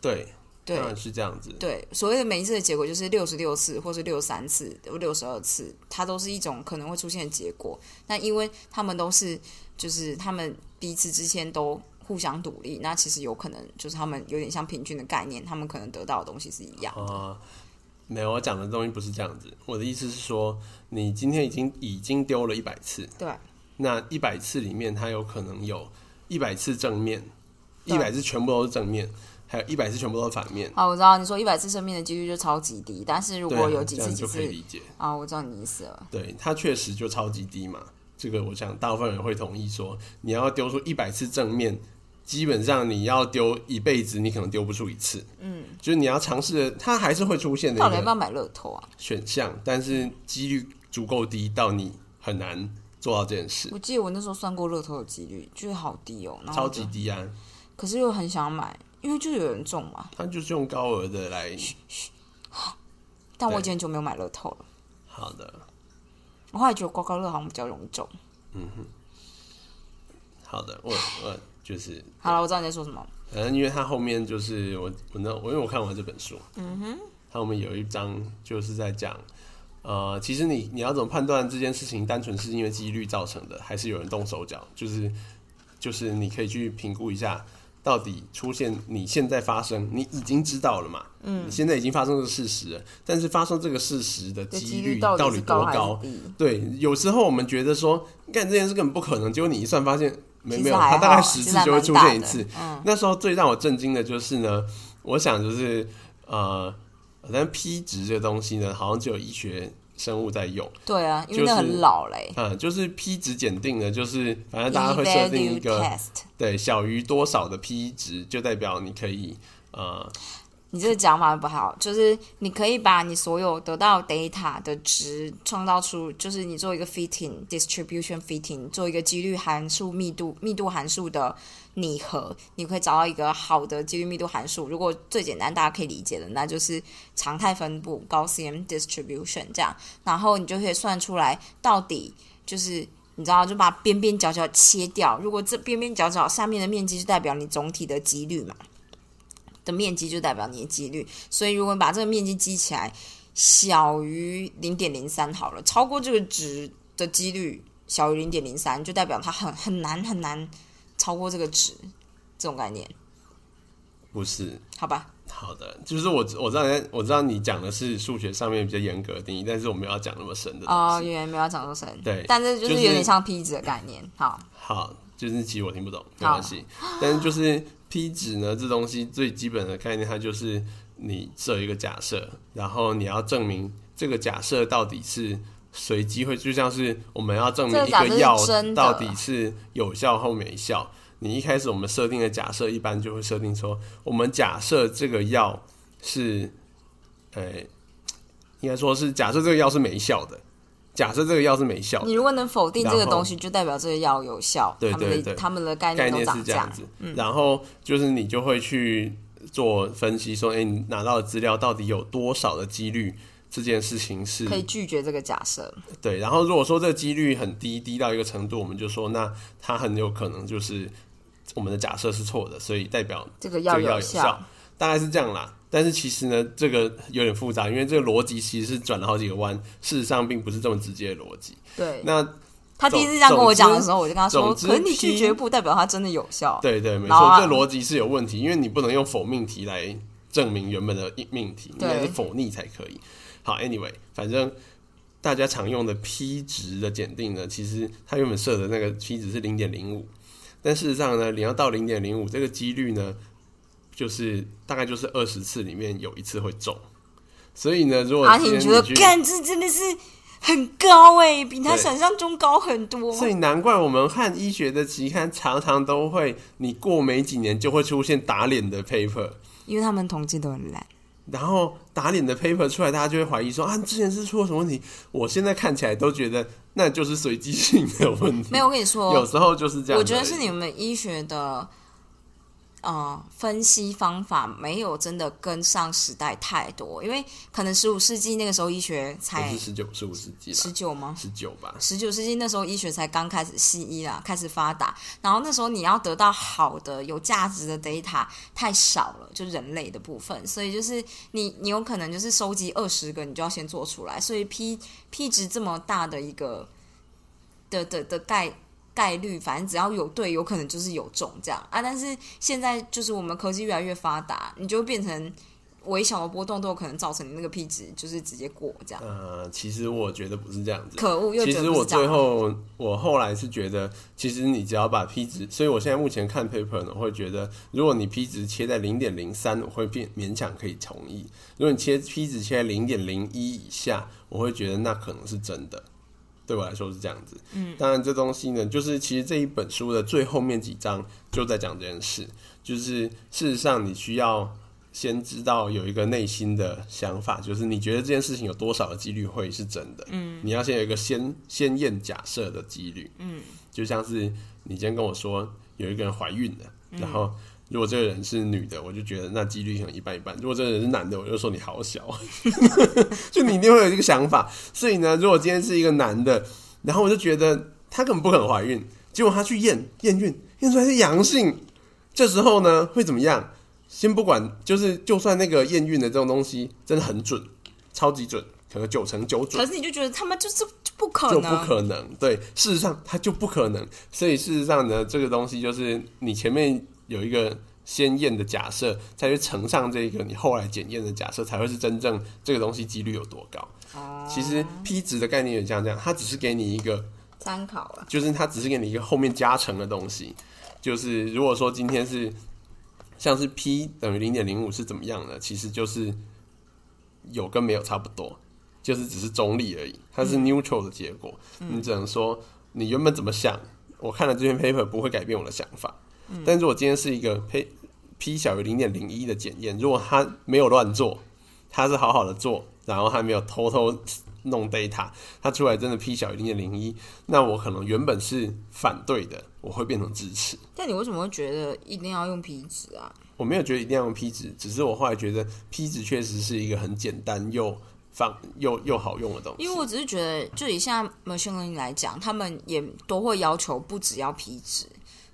S2: 对，
S1: 对
S2: 当然是这样子。
S1: 对，所谓的每一次的结果就是六十六次，或是六三次、六十二次，它都是一种可能会出现的结果。那因为他们都是，就是他们彼此之间都互相独立，那其实有可能就是他们有点像平均的概念，他们可能得到的东西是一样的。
S2: 啊、没有，我讲的东西不是这样子。我的意思是说，你今天已经已经丢了一百次，
S1: 对，
S2: 那一百次里面它有可能有一百次正面，
S1: 对
S2: 一百次全部都是正面，还有一百次全部都是反面。
S1: 好，我知道你说一百次生命的几率就超级低，但是如
S2: 对
S1: 果有
S2: 啊，
S1: 几
S2: 这
S1: 次
S2: 样
S1: 几
S2: 就可以
S1: 次
S2: 理解。
S1: 啊，我知道你意思了。
S2: 对，它确实就超级低嘛。这个我想大部分人会同意说，你要丢出一百次正面，基本上你要丢一辈子，你可能丢不出一次。嗯，就是你要尝试的，它还是会出现的
S1: 到
S2: 一
S1: 底要不
S2: 个
S1: 要买乐透啊？
S2: 选项，但是几率足够低到你很难做到这件事
S1: 我，记得我那时候算过乐透的几率，就是好低哦，然后
S2: 超
S1: 我
S2: 级
S1: 就，
S2: 低啊！
S1: 可是又很想买，因为就有人中嘛。
S2: 他就是用高额的来，
S1: 但我
S2: 对
S1: 已经很久没有买乐透了，
S2: 好的，
S1: 我后来觉得刮刮乐好像比较容易中。
S2: 好的，我我就是，
S1: 好了，我知道你在说什么。
S2: 反呃正因为他后面就是我我那我因为我看完这本书，嗯哼，他后面有一章就是在讲，呃，其实你你要怎么判断这件事情单纯是因为几率造成的，还是有人动手脚？就是就是你可以去评估一下，到底出现你现在发生，你已经知道了嘛？嗯，你现在已经发生这个事实了，但是发生这个事实的
S1: 这
S2: 几
S1: 几
S2: 率
S1: 率
S2: 到
S1: 底
S2: 底
S1: 是
S2: 多
S1: 还
S2: 高
S1: 是？低？
S2: 对，有时候我们觉得说干这件事根本不可能，结果你一算发现没
S1: 其
S2: 没
S1: 实
S2: 有，
S1: 还
S2: 它大概
S1: 好
S2: 十
S1: 其
S2: 次
S1: 实还
S2: 就会
S1: 蛮
S2: 出
S1: 大
S2: 现一
S1: 的
S2: 次。
S1: 嗯，
S2: 那时候最让我震惊的就是呢，我想就是呃，但 P 值这个东西呢，好像只有医学生物在用，
S1: 对啊，因
S2: 就
S1: 为那
S2: 是
S1: 很老嘞。
S2: 嗯，就是 P 值检定呢，就是反
S1: e
S2: 正大家会设定
S1: value
S2: 一个
S1: test，
S2: 对小于多少的 P 值，就代表你可以呃
S1: 你这个讲法不好，就是你可以把你所有得到 data 的值创造出，就是你做一个 fitting distribution fitting，做一个几率函数密度密度函数的拟合，你会找到一个好的几率密度函数。如果最简单大家可以理解的，那就是常态分布 Gaussian distribution 这样，然后你就可以算出来到底就是。你知道，就把边边角角切掉。如果这边边角角下面的面积就代表你总体的几率嘛，的面积就代表你的几率。所以如果你把这个面积积起来小于零点零三好了，超过这个值的几率小于零点零三，就代表它很很难很难超过这个值，这种概念，
S2: 不是
S1: 好吧？
S2: 好的，就是我我知道你在我知道你讲的是数学上面比较严格的定义，但是我们要讲那么深的东西。
S1: 哦，原来没有要讲说神，
S2: 对
S1: 但这就
S2: 就是是
S1: 有点像 P 值的概念。好，
S2: 好，就是其实我听不懂，没关系。但是就是 P 值呢，这东西最基本的概念，它就是你设一个假设，然后你要证明这个假设到底是随机会，就像是我们要证明一
S1: 这个假设
S2: 个
S1: 是
S2: 药
S1: 真的
S2: 到底是有效或没效。你一开始我们设定的假设，一般就会设定说，我们假设这个药是，呃，应该说是假设这个药是没效的，假设这个药是没效的
S1: 你。如果能否定这个
S2: 然后
S1: 东西，就代表这个药有效。
S2: 对对
S1: 他们的
S2: 对
S1: 他们的概
S2: 概
S1: 都嗯
S2: 念
S1: 长
S2: 是这
S1: 这
S2: 样
S1: 样。
S2: 子。然后就是你就会去做分析，说，哎、你拿到的资料到底有多少的几率这件事情是
S1: 可以拒绝这个假设，
S2: 对。然后如果说这个几率很低，低到一个程度，我们就说，那它很有可能就是我们的假设是错的，所以代表
S1: 这个
S2: 这
S1: 药
S2: 个药有
S1: 效
S2: 效。，大概是这样啦。但是其实呢，这个有点复杂，因为这个逻辑其实是转了好几个弯，事实上并不是这么直接的逻辑。
S1: 对，
S2: 那
S1: 他第一次这样跟我讲的时候，我就跟他说：“
S2: 总之
S1: 可是你
S2: P-
S1: 拒绝不代表它真的有效。
S2: 对对，没
S1: 然后
S2: 错，
S1: 啊
S2: 这逻辑是有问题，因为你不能用否命题来证明原本的命题，你
S1: 对
S2: 还是否逆才可以。好，anyway，反正大家常用的 P 值的检定呢，其实它原本设的那个 P 值是零点零五，但事实上呢，你要到零点零五这个几率呢，就是大概就是二十次里面有一次会中。所以呢，如”果
S1: 阿
S2: 今
S1: 婷
S2: 天
S1: 啊觉得
S2: 你去，
S1: 干这真的是很高哎、比他
S2: 对
S1: 想象中高很多。
S2: 所以难怪我们看医学的期刊常常都会，你过没几年就会出现打脸的 paper。
S1: 因为他们统计都很烂，
S2: 然后打脸的 paper 出来，大家就会怀疑说啊，之前是出了什么问题？我现在看起来都觉得那就是随机性的问题。
S1: 没有，我跟你说，
S2: 有时候就是这样的。
S1: 我觉得是你们医学的呃分析方法没有真的跟上时代太多，因为可能十五世纪那个时候医学
S2: 不
S1: 才
S2: 是十九、十五世纪
S1: 十
S2: 啦，
S1: 九吗？
S2: 十九吧？
S1: 十九世纪那时候医学才刚开始，西医啦开始发达，然后那时候你要得到好的、有价值的 data 太少了，就人类的部分，所以就是你你有可能就是收集二十个，你就要先做出来，所以 p p 值这么大的一个的的的概。概率，反正只要有对，有可能就是有中这样啊。但是现在就是我们科技越来越发达，你就会变成微小的波动都有可能造成你那个 p 值就是直接过这样。
S2: 呃，其实我觉得不是这样子。
S1: 可恶，又
S2: 其
S1: 觉得
S2: 实
S1: 不
S2: 我
S1: 是这样
S2: 最后，我后来是觉得，其实你只要把 P 值，所以我现在目前看 paper 呢，我会觉得，如果你 P 值切在零点零三，我会变勉强可以同意；如果你切 P 值切在零点零一以下，我会觉得那可能是真的。对我来说是这样子，嗯，当然这东西呢，就是其实这一本书的最后面几章就在讲这件事，就是事实上你需要先知道有一个内心的想法，就是你觉得这件事情有多少的几率会是真的？嗯，你要先有一个先先验假设的几率。嗯，就像是你今天跟我说有一个人怀孕了，然后如果这个人是女的，我就觉得那几率可能一半一半；如果这个人是男的，我就说你好小， 就你一定会有这个想法。所以呢，如果今天是一个男的，然后我就觉得他根本不可能怀孕，结果他去验验孕，验出来是阳性，这时候呢会怎么样？先不管，就是就算那个验孕的这种东西真的很准，超级准，可能九成九准
S1: 可，是你就觉得他们就是就不可
S2: 就
S1: 能，
S2: 不可能。对，事实上它就不可能。所以事实上呢，这个东西就是你前面有一个先验的假设，再去乘上这个你后来检验的假设，才会是真正这个东西几率有多高。其实 P 值的概念也像这样，它只是给你一个
S1: 参考啊了。
S2: 就是它只是给你一个后面加成的东西。就是如果说今天是像是 p 等于零点零五是怎么样的，其实就是有跟没有差不多，就是只是中立而已，它是 neutral 的结果。你只能说你原本怎么想，我看了这篇 paper 不会改变我的想法。但如果今天是一个 p p 小于零点零一的检验，如果他没有乱做，他是好好的做，然后他没有偷偷弄 data，他出来真的 p 小于零点零一，那我可能原本是反对的，我会变成支持。
S1: 但你为什么会觉得一定要用皮质啊？
S2: 我没有觉得一定要用 P 值，只是我后来觉得 P 值确实是一个很简单又方又又好用的东西
S1: 因。为我只是觉得，就以现在 machine learning 来讲，他们也都会要求不只要皮质，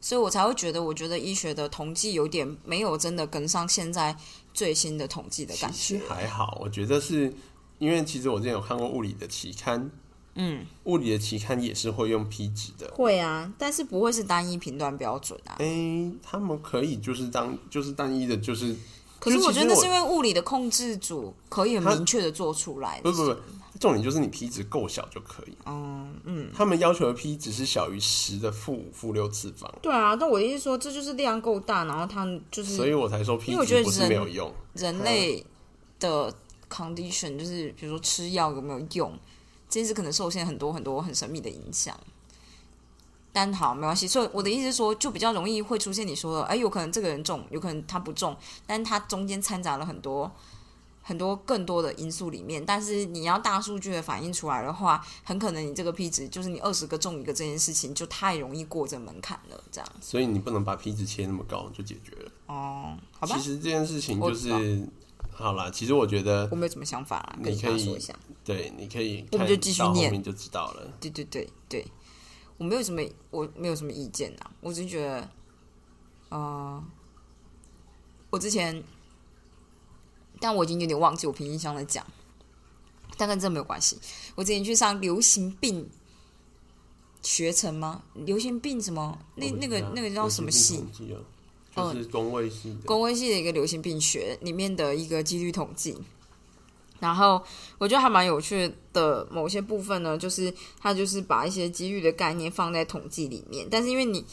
S1: 所以我才会觉得，我觉得医学的统计有点没有真的跟上现在最新的统计的感
S2: 其
S1: 觉
S2: 实。还好，我觉得是因为其实我之前有看过物理的期刊，嗯，物理的期刊也是会用 P 值的。
S1: 会啊，但是不会是单一评断标准啊。
S2: 哎、他们可以就是当就是单一的，就是
S1: 可是
S2: 就
S1: 我
S2: 其
S1: 觉
S2: 实
S1: 得那是因
S2: 我
S1: 为物理的控制组可以很
S2: 它
S1: 明确的做出来。
S2: 不不不，重点就是你 P 值够小就可以。
S1: 嗯嗯，
S2: 他们要求的 P 值是小于十的负五负六次方，
S1: 对啊。但我的意思说，这就是力量够大，然后它就
S2: 所以
S1: 是
S2: 我才说 P
S1: 嗯因为我觉
S2: 值
S1: 得
S2: 不是
S1: 人
S2: 没有用。
S1: 人类的 condition，就是比如说吃药有没有用，这件事可能受限很多很多很神秘的影响。但好，没关系。所以我的意思是说，就比较容易会出现你说的，哎，有可能这个人中，有可能他不中，但他中间掺杂了很多很多更多的因素里面。但是你要大数据的反映出来的话，很可能你这个 P 值就是你二十个中一个这件事情，就太容易过这门槛了。这样
S2: 所以你不能把 P 值切那么高就解决了。
S1: 哦，好吧
S2: 其，实这件事情
S1: 我
S2: 就
S1: 知道
S2: 是好啦，其实我觉得
S1: 我没有什么想法啦，跟
S2: 你
S1: 你
S2: 可
S1: 爸
S2: 以
S1: 说一下。
S2: 对，你可以
S1: 我们
S2: 看
S1: 就继续
S2: 到后
S1: 念
S2: 面就知道了。
S1: 对对对对，我没有什么，我没有什么意见呐、我只是觉得，呃，我之前，但我已经有点忘记我平行箱的讲，但跟这没有关系。我之前去上流行病学程吗？流行病什么？那那个那个叫什么系？哦
S2: 系啊？就是工位系的。
S1: 公卫系的一个流行病学里面的一个几率统计。然后我觉得还蛮有趣的，某些部分呢，就是它就是把一些几率的概念放在统计里面，但是因为你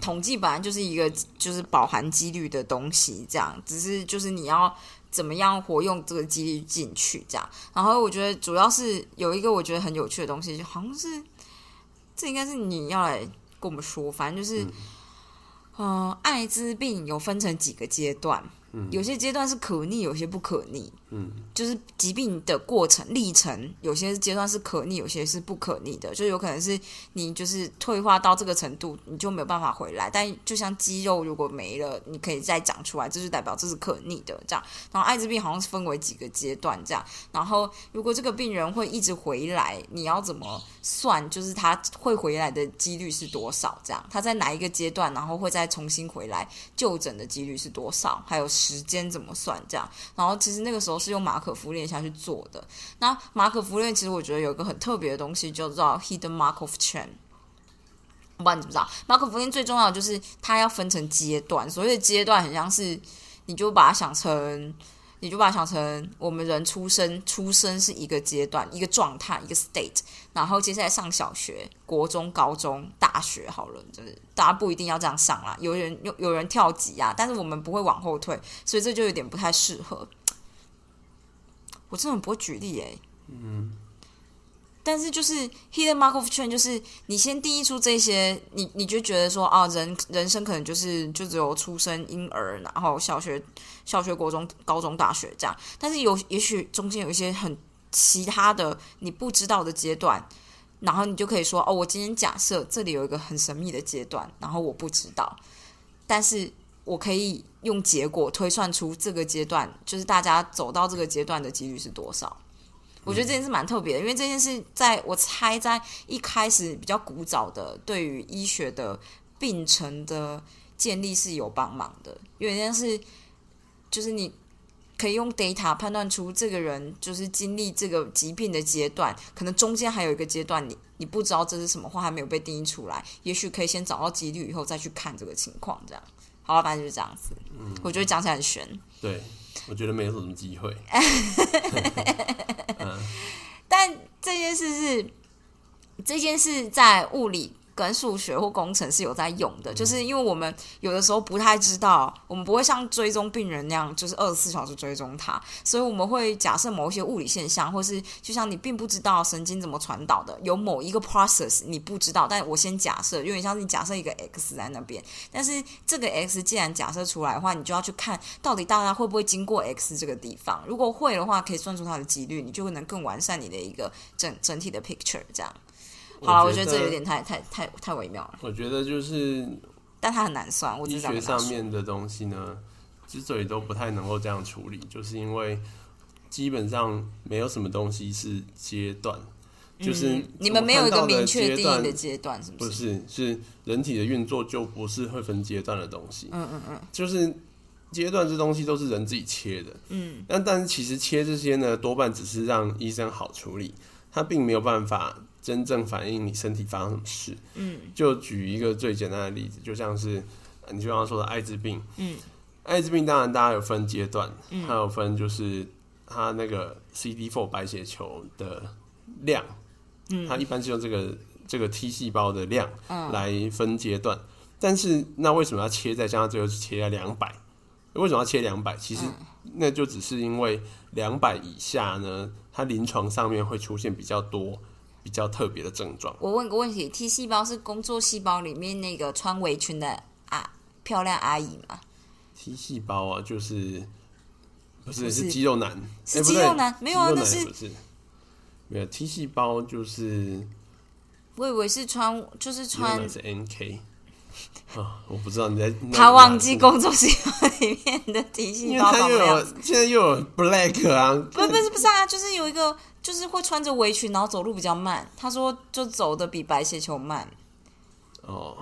S1: 统计本来就是一个就是饱含几率的东西，这样只是就是你要怎么样活用这个几率进去这样。然后我觉得主要是有一个我觉得很有趣的东西，就好像是这应该是你要来跟我们说，反正就是。呃，艾滋病有分成几个阶段，有些阶段是可逆，有些不可逆。
S2: 嗯，
S1: 就是疾病的过程历程，有些阶段是可逆，有些是不可逆的。就有可能是你就是退化到这个程度，你就没有办法回来。但就像肌肉如果没了，你可以再长出来，这就代表这是可逆的。这样，然后艾滋病好像是分为几个阶段这样。然后如果这个病人会一直回来，你要怎么算？就是他会回来的几率是多少？这样，他在哪一个阶段，然后会再重新回来就诊的几率是多少？还有时间怎么算？这样，然后其实那个时候是用马可夫链下去做的。那马可夫链其实我觉得有一个很特别的东西，叫做 hidden Markov chain。我不知道你知不知道，马可夫链最重要的就是它要分成阶段，所谓的阶段很像是，你就把它想成，你就把它想成我们人出生，出生是一个阶段，一个状态，一个 state，然后接下来上小学、国中、高中、大学好了，就是大家不一定要这样上啦，有人有有人跳级啊，但是我们不会往后退，所以这就有点不太适合。我真的很不会举例诶、嗯，但是就是 hidden Markov 圈，就是你先定义出这些，你你就觉得说啊，人人生可能就是就只有出生、婴儿，然后小学、小学、国中、高中、大学这样。但是有也许中间有一些很其他的你不知道的阶段，然后你就可以说哦，我今天假设这里有一个很神秘的阶段，然后我不知道，但是我可以用结果推算出这个阶段，就是大家走到这个阶段的几率是多少。我觉得这件事蛮特别的，因为这件事在我猜在一开始比较古早的对于医学的病程的建立是有帮忙的，因为像是就是你可以用 data 判断出这个人就是经历这个疾病的阶段，可能中间还有一个阶段你你不知道这是什么或还没有被定义出来，也许可以先找到几率以后再去看这个情况这样。好了，反正就是这样子。我觉得讲起来很悬。
S2: 对，我觉得没有什么机会。
S1: 哎但这件事是这件事在物理跟数学或工程是有在用的，就是因为我们有的时候不太知道，我们不会像追踪病人那样，就是二十四小时追踪他，所以我们会假设某一些物理现象，或是就像你并不知道神经怎么传导的，有某一个 process 你不知道，但我先假设，有点像是你假设一个 x 在那边，但是这个 x 既然假设出来的话，你就要去看到底大家会不会经过 x 这个地方，如果会的话，可以算出它的几率，你就能更完善你的一个整整体的 picture 这样。好了，我觉得这有点太太太太微妙了，
S2: 我觉得就是
S1: 但它很难算。我只是
S2: 医
S1: 这样
S2: 学
S1: 跟大家
S2: 上
S1: 说
S2: 面的东西呢，之所以都不太能够这样处理，就是因为基本上没有什么东西是阶段，就是
S1: 嗯你们没有一个明确定义的
S2: 的阶段
S1: 阶段，是不
S2: 不
S1: 是？
S2: 是，是人体的运作就不是会分阶段的东西。嗯嗯嗯，就是阶段这东西都是人自己切的。嗯，但但是其实切这些呢，多半只是让医生好处理，他并没有办法真正反映你身体发生什么事。嗯，就举一个最简单的例子，就像是呃你就刚刚说的艾滋病。嗯，艾滋病当然大家有分阶段，还有分就是它那个 CD4 白血球的量。嗯，它一般是用这个这个 T 细胞的量
S1: 嗯
S2: 来分阶段。但是那为什么要切在将它最后是切在两百？为什么要切两百？其实
S1: 嗯
S2: 那就只是因为两百以下呢，它临床上面会出现比较多、比较特别的症状。
S1: 我问个问题：T 细胞是工作细胞里面那个穿围裙的啊漂亮阿姨吗？
S2: T 细胞啊，就是不
S1: 不
S2: 是
S1: 是
S2: 是肌肉男，
S1: 是
S2: 哎不对
S1: 肌肉男没有啊
S2: 肌肉
S1: 那
S2: 男
S1: 是
S2: 也不是没有 T 细胞就是
S1: 我以为是穿，就是
S2: 肌肉
S1: 穿
S2: 男是 NK 啊，我不知道你在
S1: 他忘记
S2: 公，
S1: 工作细胞里面的 T
S2: 因
S1: 细
S2: 为
S1: 胞
S2: 他
S1: 长
S2: 又
S1: 那样
S2: 有
S1: 子。
S2: 现在又有 Black 啊，
S1: 不不是不是啊，就是有一个，就是会穿着围裙，然后走路比较慢。他说就走的比白血球慢。
S2: 哦，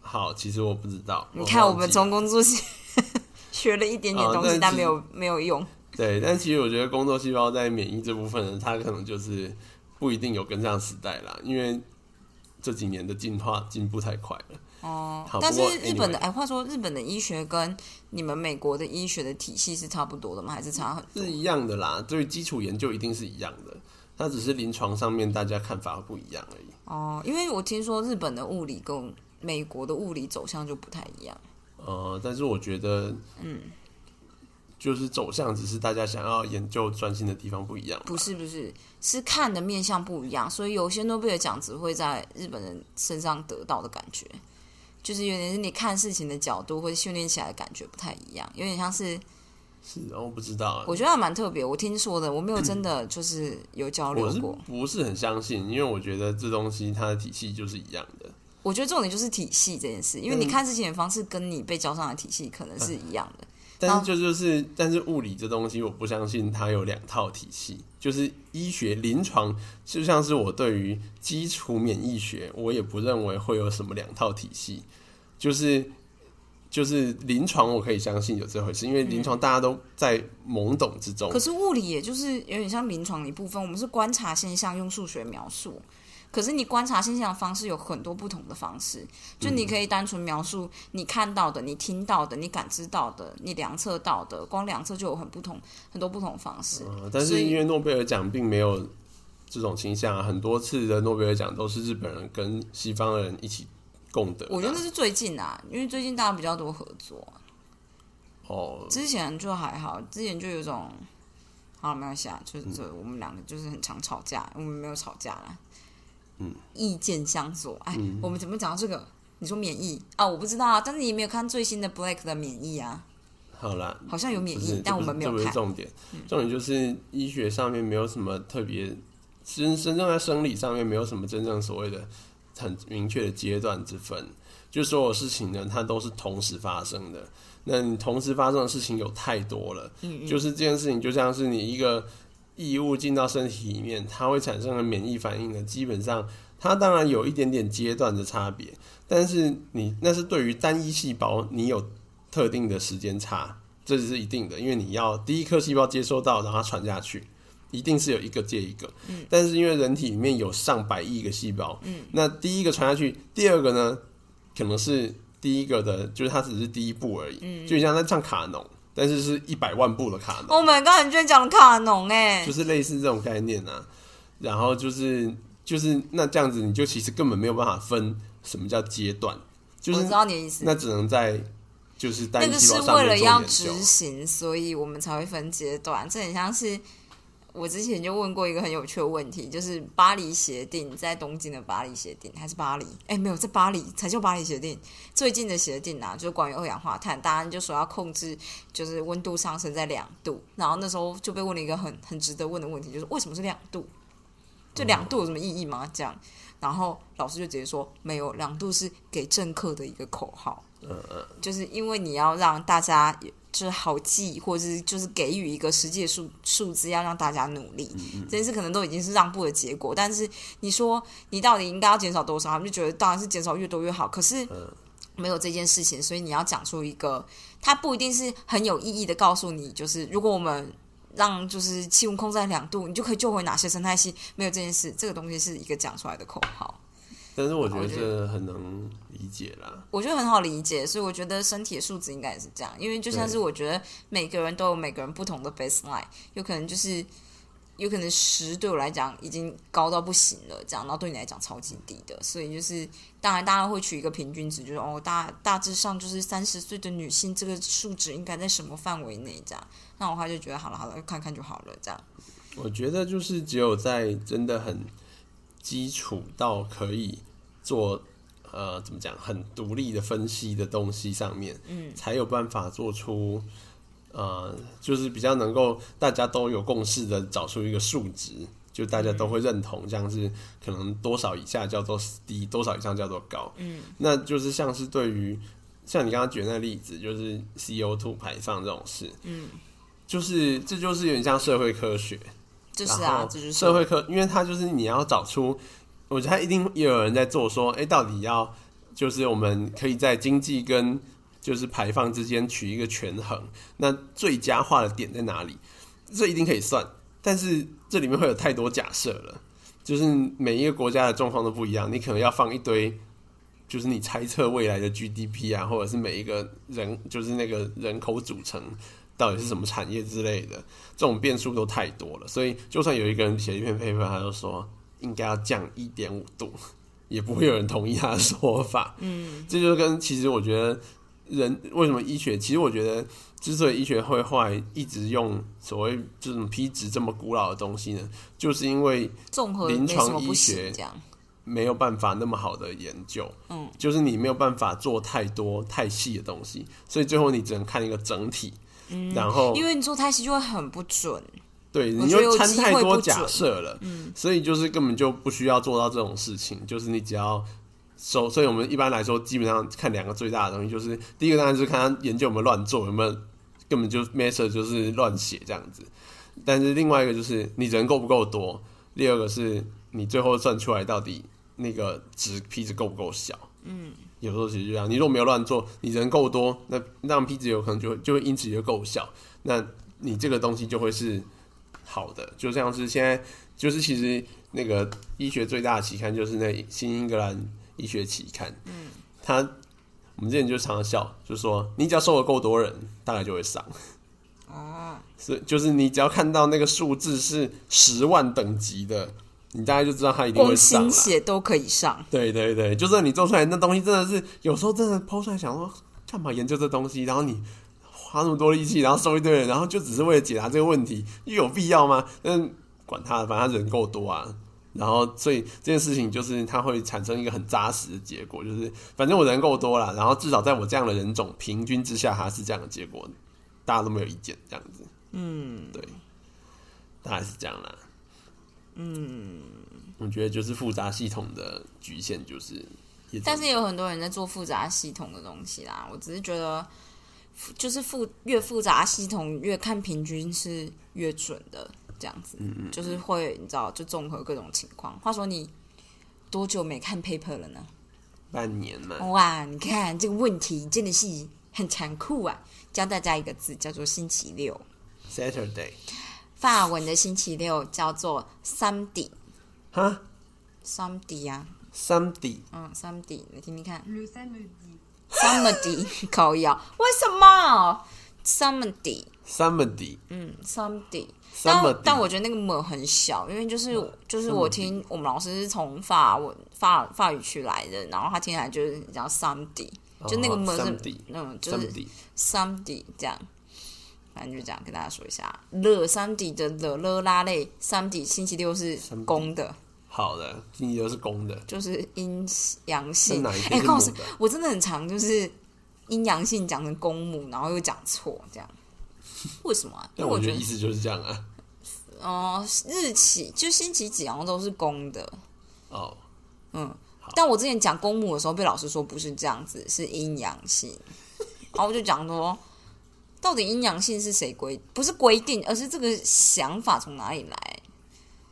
S2: 好，其实我不知道。
S1: 你看，我
S2: 忘
S1: 们
S2: 记
S1: 从工作细 学了一点点
S2: 哦
S1: 东西，
S2: 但
S1: 但
S2: 其
S1: 没有没有用。
S2: 对，但其实我觉得工作细胞在免疫这部分呢，它可能就是不一定有跟上时代啦，因为这几年的进化进步太快了。
S1: 哦
S2: 好，
S1: 但是
S2: 不过
S1: 日本的
S2: anyway
S1: 哎，话说日本的医学跟你们美国的医学的体系是差不多的吗？还是差很？
S2: 是一样的啦，对于基础研究一定是一样的，它只是临床上面大家看法不一样而已。
S1: 哦，因为我听说日本的物理跟美国的物理走向就不太一样。
S2: 呃，但是我觉得，嗯，就是走向只是大家想要研究专心的地方不一样。
S1: 不是不是，是看的面相不一样，所以有些诺贝尔奖只会在日本人身上得到的感觉，就是有点是你看事情的角度或者训练起来的感觉不太一样，有点像是
S2: 是，哦我不知道啊，
S1: 我觉得还蛮特别，我听说的，我没有真的就是有交流
S2: 我是
S1: 过。
S2: 不是很相信？因为我觉得这东西它的体系就是一样的。
S1: 我觉得重点就是体系这件事，因为你
S2: 嗯
S1: 看事情的方式跟你被教上的体系可能是一样的。
S2: 但是就就是，但是物理这东西，我不相信它有两套体系。就是医学临床，就像是我对于基础免疫学，我也不认为会有什么两套体系。就是就是临床，我可以相信有这回事，因为临
S1: 嗯
S2: 床大家都在懵懂之中
S1: 可。是物理也就是有点像临床的一部分，我们是观察现象，用数学描述。可是你观察现象的方式有很多不同的方式，就你可以单纯描述你看到的、你听到的、你感知到的、你量测到的，光量测就有很不同、很多不同的方式。
S2: 呃但
S1: 所
S2: 是
S1: 以
S2: 因为诺贝尔奖并没有这种倾向、啊，很多次的诺贝尔奖都是日本人跟西方人一起共得的啊。
S1: 我觉得那是最近啊，因为最近大家比较多合作，
S2: 哦，
S1: 之前就还好，之前就有一种好了，没关系啊，就是这我们两个就是很常吵架，我们没有吵架啦。
S2: 嗯，
S1: 意见相左。哎，我们怎么讲到这个？你说免疫啊？我不知道啊，但是你没有看最新的 Black 的免疫啊？
S2: 好啦，
S1: 好像有免
S2: 不
S1: 疫
S2: 是，，
S1: 但
S2: 这
S1: 我
S2: 不
S1: 们
S2: 是
S1: 没
S2: 这
S1: 有
S2: 不是
S1: 看。嗯
S2: 重点，重点就是医学上面没有什么特别，真真正在生理上面没有什么真正所谓的很明确的阶段之分，就所有事情呢，它都是同时发生的。那你同时发生的事情有太多了，
S1: 嗯
S2: 就是这件事情就像是你一个异物进到身体里面，它会产生的免疫反应呢，基本上它当然有一点点阶段的差别，但是你那是对于单一细胞，你有特定的时间差，这是一定的，因为你要第一颗细胞接收到，然后它传下去，一定是有一个接一个。嗯、但是因为人体里面有上百亿个细胞，嗯、那第一个传下去，第二个呢，可能是第一个的，就是它只是第一步而已，嗯、就像在唱卡农，但是是一百万步的卡农。
S1: Oh my god！你居然讲了卡农哎、
S2: 就是类似这种概念啊。然后就是就是那这样子，你就其实根本没有办法分什么叫阶段，就
S1: 我
S2: 是
S1: 知道你的意思。
S2: 那只能在就是单
S1: 那
S2: 一
S1: 个
S2: 细
S1: 是
S2: 胞上
S1: 为了
S2: 面做
S1: 要
S2: 研
S1: 执
S2: 究。
S1: 行，所以我们才会分阶段。这很像是我之前就问过一个很有趣的问题，就是巴黎协定在东京的巴黎协定还是巴黎？哎，没有，在巴黎才叫巴黎协定。最近的协定啊，就是关于二氧化碳，大家就说要控制，就是温度上升在两度。然后那时候就被问了一个很很值得问的问题，就是为什么是两度？就两度有什么意义吗？这样，然后老师就直接说没有，两度是给政客的一个口号。就是因为你要让大家就是好记，或者是就是给予一个实际的数数字，要让大家努力。这件事可能都已经是让步的结果，但是你说你到底应该要减少多少，他们就觉得当然是减少越多越好。可是没有这件事情，所以你要讲出一个，它不一定是很有意义的告诉你，就是如果我们。让就是气温控制在两度，你就可以救回哪些生态系？没有这件事，这个东西是一个讲出来的口号。
S2: 但是我觉
S1: 我
S2: 得
S1: 觉
S2: 这很能理解啦。
S1: 我觉得很好理解，所以我觉得身体的素质应该也是这样，因为就像是
S2: 对
S1: 我觉得每个人都有每个人不同的 baseline，有可能就是有可能十对我来讲已经高到不行了，这样，然后对你来讲超级低的，所以就是当然大家会取一个平均值，就是哦大大致上就是三十岁的女性这个数值应该在什么范围内这样，那我他就觉得好了好了，看看就好了这样，
S2: 我觉得就是只有在真的很基础到可以做呃怎么讲很独立的分析的东西上面，嗯，才有办法做出呃就是比较能够大家都有共识的找出一个数值，就大家都会认同，像是可能多少以下叫做低，多少以上叫做高，嗯，那就是像是对于像你刚刚举的那例子，就是 CO2 排放这种事，嗯。就是，这就是有点像社会科学，
S1: 就是
S2: 然
S1: 啊
S2: 后，
S1: 这就是
S2: 社会科，因为它就是你要找出，我觉得它一定也有人在做说，哎、到底要就是我们可以在经济跟就是排放之间取一个权衡，那最佳化的点在哪里？这一定可以算，但是这里面会有太多假设了，就是每一个国家的状况都不一样，你可能要放一堆。就是你猜测未来的 GDP 啊，或者是每一个人，就是那个人口组成到底是什么产业之类的，这种变数都太多了，所以就算有一个人写一篇 paper，他就说应该要降一点五度， 也不会有人同意他的说法。嗯，这就跟其实我觉得人为什么医学，其实我觉得之所以医学会后来一直用所谓这种 P 值这么古老的东西呢，就是因为
S1: 综合
S2: 临
S1: 没什么
S2: 床
S1: 不
S2: 医
S1: 行
S2: 学
S1: 这样，
S2: 没有办法那么好的研究，
S1: 嗯，
S2: 就是你没有办法做太多太细的东西，所以最后你只能看一个整体，嗯，然后
S1: 因为你做太细就会很不准，
S2: 对，
S1: 我
S2: 你
S1: 觉得有
S2: 就掺
S1: 机
S2: 太
S1: 会
S2: 多
S1: 不
S2: 假
S1: 准嗯
S2: 设了，所以就是根本就不需要做到这种事情，就是你只要首，所以我们一般来说基本上看两个最大的东西，就是第一个当然就是看他研究有没有乱做，有没有根本就 method 就是乱写这样子，但是另外一个就是你人够不够多，第二个是你最后算出来到底那个值 P 值够不够小，嗯。有时候其实就这样，你如果没有乱做，你人够多，那那样 P 值有可能就会就会因此就够小，那你这个东西就会是好的，就像是现在就是其实那个医学最大的期刊就是那《新英格兰医学期刊》，嗯，他我们之前就常常笑，就说你只要收了够多人，大概就会上。
S1: 哦，
S2: 所以就是你只要看到那个数字是十万等级的，你大概就知道它一定会
S1: 光
S2: 上啊
S1: 心
S2: 啦。
S1: 血都可以上。
S2: 对对对，就算你做出来那东西真的是有时候真的剖出来想说干嘛研究这东西，然后你哇花那么多力气，然后收一堆人，然后就只是为了解答这个问题，又有必要吗？但管他的，反正他人够多啊。然后，所以这件事情就是它会产生一个很扎实的结果，就是反正我人够多了，然后至少在我这样的人种平均之下，它是这样的结果，大家都没有意见，这样子。嗯，对，大概是这样啦。嗯，我觉得就是复杂系统的局限就是也只能，
S1: 但是有很多人在做复杂系统的东西啦。我只是觉得，就是复越复杂系统越看平均是越准的，这样子，就是会你知道，就综合各种情况。话说你多久没看 paper 了呢？
S2: 半年嘛，
S1: 哇，你看这个问题真的是很残酷啊！教大家一个字，叫做星期六。
S2: Saturday，
S1: 法文的星期六叫做 Sunday，Sunday
S2: 哈
S1: 啊，
S2: ，Sunday，
S1: 嗯，Sunday，你听听看
S3: Le samedi.
S1: ，Sunday 口咬，为什么？Sunday，
S2: somebody，
S1: 嗯，Sunday。
S2: Somebody 嗯
S1: 但但我觉得那个母很小，因为就是就是我听我们老师是从法文法法语区来的，然后他听起来就是叫 Sunday，就那个母是
S2: 哦 Sunday
S1: 嗯，就是
S2: somebody，
S1: Sunday 这样，反正就这样跟大家说一下。了 Sunday 的了了拉类，Sunday 星期六是
S2: Sunday
S1: 公的，
S2: 好的，第一都是公的，
S1: 就是阴阳性。
S2: 那哪一天
S1: 哎，
S2: 是
S1: 告
S2: 母
S1: 诉
S2: 的
S1: 我真的很常就是阴阳性讲成公母，然后又讲错这样。为什么、 啊？因
S2: 但
S1: 为
S2: 我觉
S1: 觉
S2: 得意
S1: 得，
S2: 思就是这样啊。
S1: 哦、日期就星期几好像都是公的，
S2: 哦，
S1: 嗯。但我之前讲公母的时候，被老师说不是这样子，是阴阳 性。然后我就讲说，到底阴阳性是谁规？不是规定，而是这个想法从哪里来？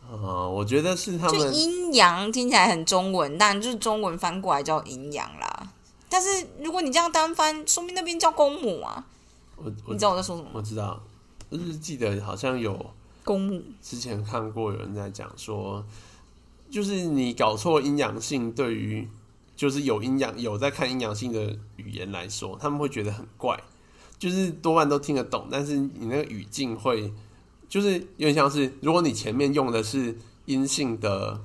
S1: 啊
S2: 哦，我觉得是他
S1: 就
S2: 们
S1: 阴阳听起来很中文，但就是中文翻过来叫阴阳啦。但是如果你这样单翻，说明那边叫公母啊。
S2: 我我
S1: 你知道我在说什么吗？
S2: 我知道，日记得好像有
S1: 公母，
S2: 之前看过有人在讲说，就是你搞错阴阳性，对于就是有阴阳有在看阴阳性的语言来说，他们会觉得很怪，就是多半都听得懂，但是你那个语境会就是有点像是，如果你前面用的是阴性的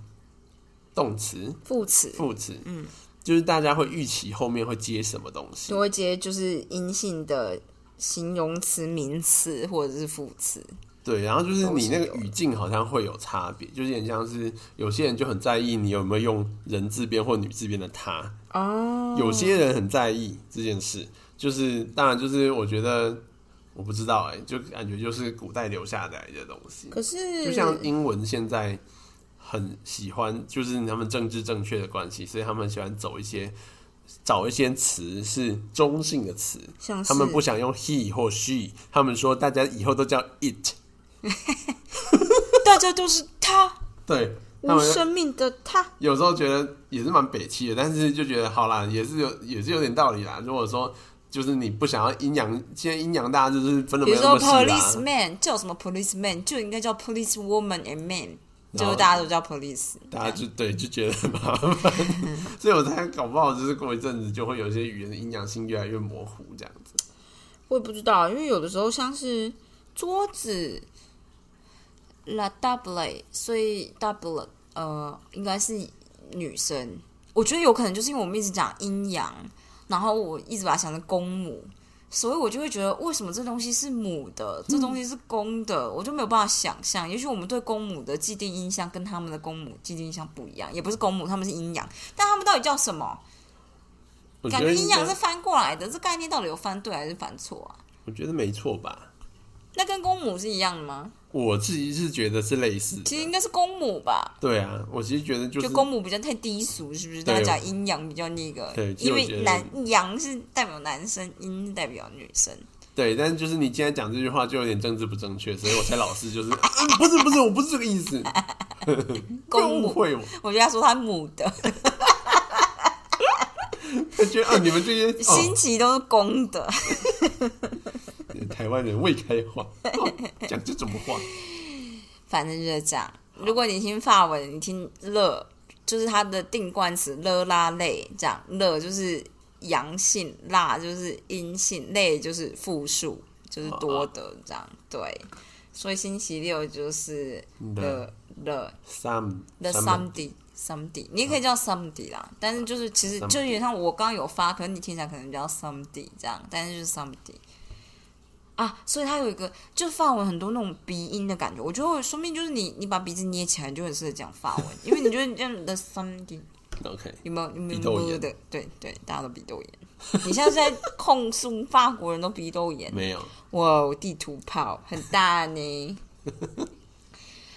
S2: 动词
S1: 副词
S2: 副词，嗯，就是大家会预期后面会接什么东西
S1: 就，会接就是阴性的形容词、名词或者是副词。
S2: 对，然后就是你那个
S1: 都是有
S2: 语境好像会有差别，就是有点像是有些人就很在意你有没有用人字边或女字边的他，
S1: 哦，
S2: 有些人很在意这件事，就是当然就是我觉得我不知道哎、就感觉就是古代留下来的东西，
S1: 可是
S2: 就像英文现在很喜欢，就是他们政治正确的关系，所以他们喜欢走一些找一些词是中性的词，
S1: 像是
S2: 他们不想用 he 或 she，他们说大家以后都叫 it。
S1: 大家都是他
S2: 对，他
S1: 无
S2: 们
S1: 生命的他，
S2: 有时候觉得也是蛮北气的，但是就觉得好啦，也是有也是有点道理啦。如果说就是你不想要阴阳，现在阴阳大家就是分的
S1: 比
S2: 没
S1: 如
S2: 有
S1: 说
S2: 那么细啦，
S1: policeman 叫什么 policeman 就应该叫 police woman and man，
S2: 然
S1: 就
S2: 后
S1: 是大家都叫 police，
S2: 大家就对就觉得很麻烦， 所以我才搞不好就是过一阵子就会有一些语言的阴阳性越来越模糊这样子。
S1: 我也不知道，因为有的时候像是桌子，la double，所以 double 呃应该是女生。我觉得有可能就是因为我们一直讲阴阳，然后我一直把它想成公母，所以我就会觉得为什么这东西是母的，这东西是公的，我就没有办法想象。也许我们对公母的既定印象跟他们的公母既定印象不一样，也不是公母，他们是阴阳，但他们到底叫什么？
S2: 我觉
S1: 感
S2: 得
S1: 觉
S2: 应
S1: 阴
S2: 该
S1: 阳是翻过来的，这概念到底有翻对还是翻错啊？
S2: 我觉得没错吧，
S1: 那跟公母是一样的吗？
S2: 我自己是觉得是类似
S1: 其实应
S2: 的。
S1: 该是公母吧，
S2: 对啊，我其实觉得就是
S1: 就公母比较太低俗，是不是？
S2: 对
S1: 大家讲阴阳比较那个
S2: 对，其实
S1: 因
S2: 我
S1: 为
S2: 觉得
S1: 男阳是代表男生，阴代表女 生。
S2: 对，但就是你今天讲这句话就有点政治不正确，所以我才老是就是、嗯不是不是，我不是这个意思，不要
S1: 公
S2: 误
S1: 母，
S2: 会我。
S1: 我觉得他说他母的，
S2: 哦我觉得啊，你们这些、
S1: 新
S2: 哦、
S1: 奇都是公的。
S2: 台湾人未开化，哦讲、这种话，
S1: 反正就是这样。如果你听法文，你听乐，就是它的定冠词乐拉类，这样乐就是阳性，辣就是阴性，类就是复数，就是多的这样。对，所以星期六就是乐
S2: 嗯
S1: 乐
S2: some
S1: the Sunday Sunday，你也可以叫 Sunday 啦，但是就是其实
S2: Sunday
S1: 就有点像我刚刚有发，可能你听起来可能比较 Sunday 这样，但是就是 Sunday。啊，所以它有一个就法文很多那种鼻音的感觉，我觉得说不定就是你你把鼻子捏起来，你就很适合讲法文，因为你就会这样的 something。
S2: OK，
S1: 有没有有没有
S2: 鼻窦炎
S1: 有的？对对，大家都鼻窦炎。你现在是在控诉法国人都鼻窦炎？
S2: 没有，
S1: 哇，地图炮很大呢。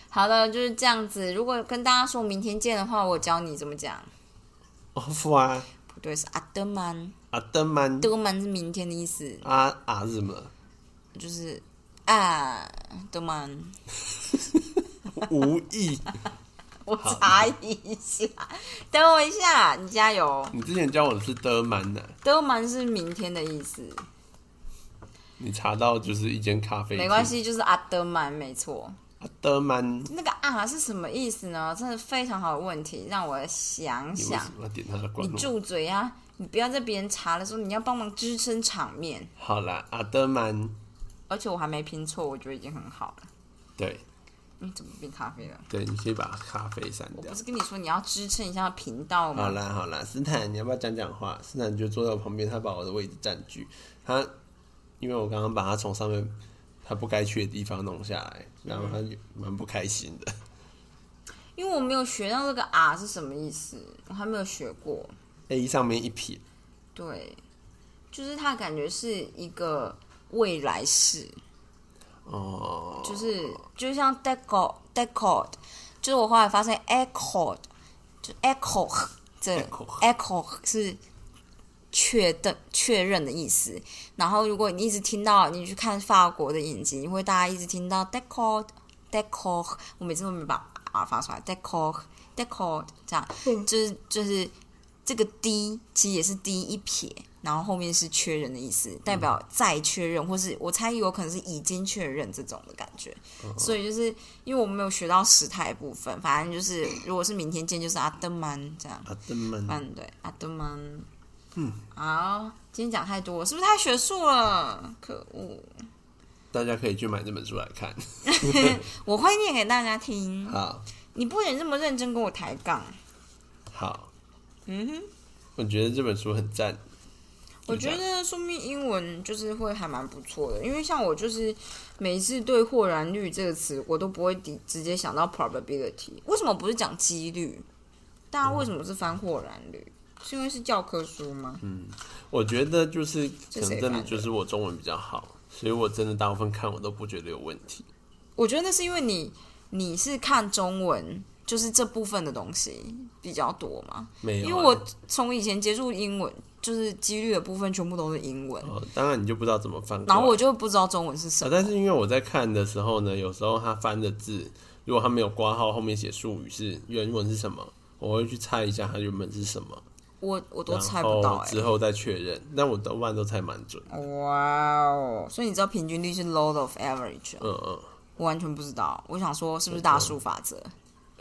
S1: 好了，就是这样子。如果跟大家说明天见的话，我教你怎么讲。
S2: 哦，付啊，
S1: 不对，是阿德曼，
S2: 阿登曼，
S1: 德曼是明天的意思，
S2: 啊啊什么？
S1: 就是啊，德曼。
S2: 无意。
S1: 我查一下，等我一下，你加油。
S2: 你之前教我的是德曼啊的，
S1: 德曼是明天的意思，
S2: 你查到就是一间咖啡厅，
S1: 没关，系，就是阿德曼，没错。
S2: 阿德曼。
S1: 那个啊是什么意思呢？真的非常好的问题，让我想
S2: 你为
S1: 想
S2: 什。么要点他的
S1: 你
S2: 关我？
S1: 住嘴啊！你不要在别人查的时候，你要帮忙支撑场面。
S2: 好啦，阿德曼，
S1: 而且我还没拼错，我觉得已经很好了。
S2: 对
S1: 你怎么变咖啡了？
S2: 对，你可以把咖啡删
S1: 我
S2: 掉
S1: 不。是跟你说你要支撑一下频道
S2: 好
S1: 吗？
S2: 啦好啦，斯坦，你要不要讲讲话？斯坦就坐在我旁边，他把我的位置占据。他因为我刚刚把他从上面他不该去的地方弄下来，然后他就蛮不开心的。
S1: 因为我没有学到这个啊是什么意思，我还没有学过。
S2: A 上面一撇，
S1: 对，就是它感觉是一个未来式，
S2: 哦，
S1: 就是就像 deco deco，就是我后来发现 echo 就 echo 这
S2: Echo
S1: echo 是确认确认的意思。然后如果你一直听到，你去看法国的影集，你会大家一直听到 deco deco，我每次都没把 r 发出来 deco deco 这样，就是就是这个 d 其实也是 d 一撇。然后后面是确认的意思，代表再确认，或是我猜有可能是已经确认这种的感觉。所以就是因为我没有学到时态的部分，反正就是如果是明天见，就是阿德曼这样。
S2: 阿德曼，
S1: 嗯，对，阿德曼。嗯，好，今天讲太多，是不是太学术了？可恶！
S2: 大家可以去买这本书来看。
S1: 我会念给大家听，
S2: 好，
S1: 你不能这么认真跟我抬杠。
S2: 好，嗯哼，我觉得这本书很赞。
S1: 我觉得说明英文就是会还蛮不错的，因为像我就是每一次对豁然率这个词，我都不会直直接想到 probability。为什么不是讲几率？大家为什么是翻豁然率？是因为是教科书吗？
S2: 我觉得就是可
S1: 是谁
S2: 能真的
S1: 翻的
S2: 就是我中文比较好，所以我真的大部分看我都不觉得有问题。
S1: 我觉得那是因为你你是看中文，就是这部分的东西比较多嘛。
S2: 没有啊、
S1: 因为我从以前接触英文，就是几率的部分全部都是英文，
S2: 哦，当然你就不知道怎么翻过来。
S1: 然后我就不知道中文是什
S2: 啊，
S1: 么。
S2: 但是因为我在看的时候呢，有时候他翻的字，如果他没有挂号，后面写术语是原文是什么，我会去猜一下它原本是什么，
S1: 我我都
S2: 然
S1: 猜不到
S2: 后
S1: 哎、
S2: 之后再确认。但我多半都猜蛮准。
S1: 哇哦！所以你知道平均率是 load of average，哦
S2: 嗯嗯，
S1: 我完全不知道。我想说是不是大数法则？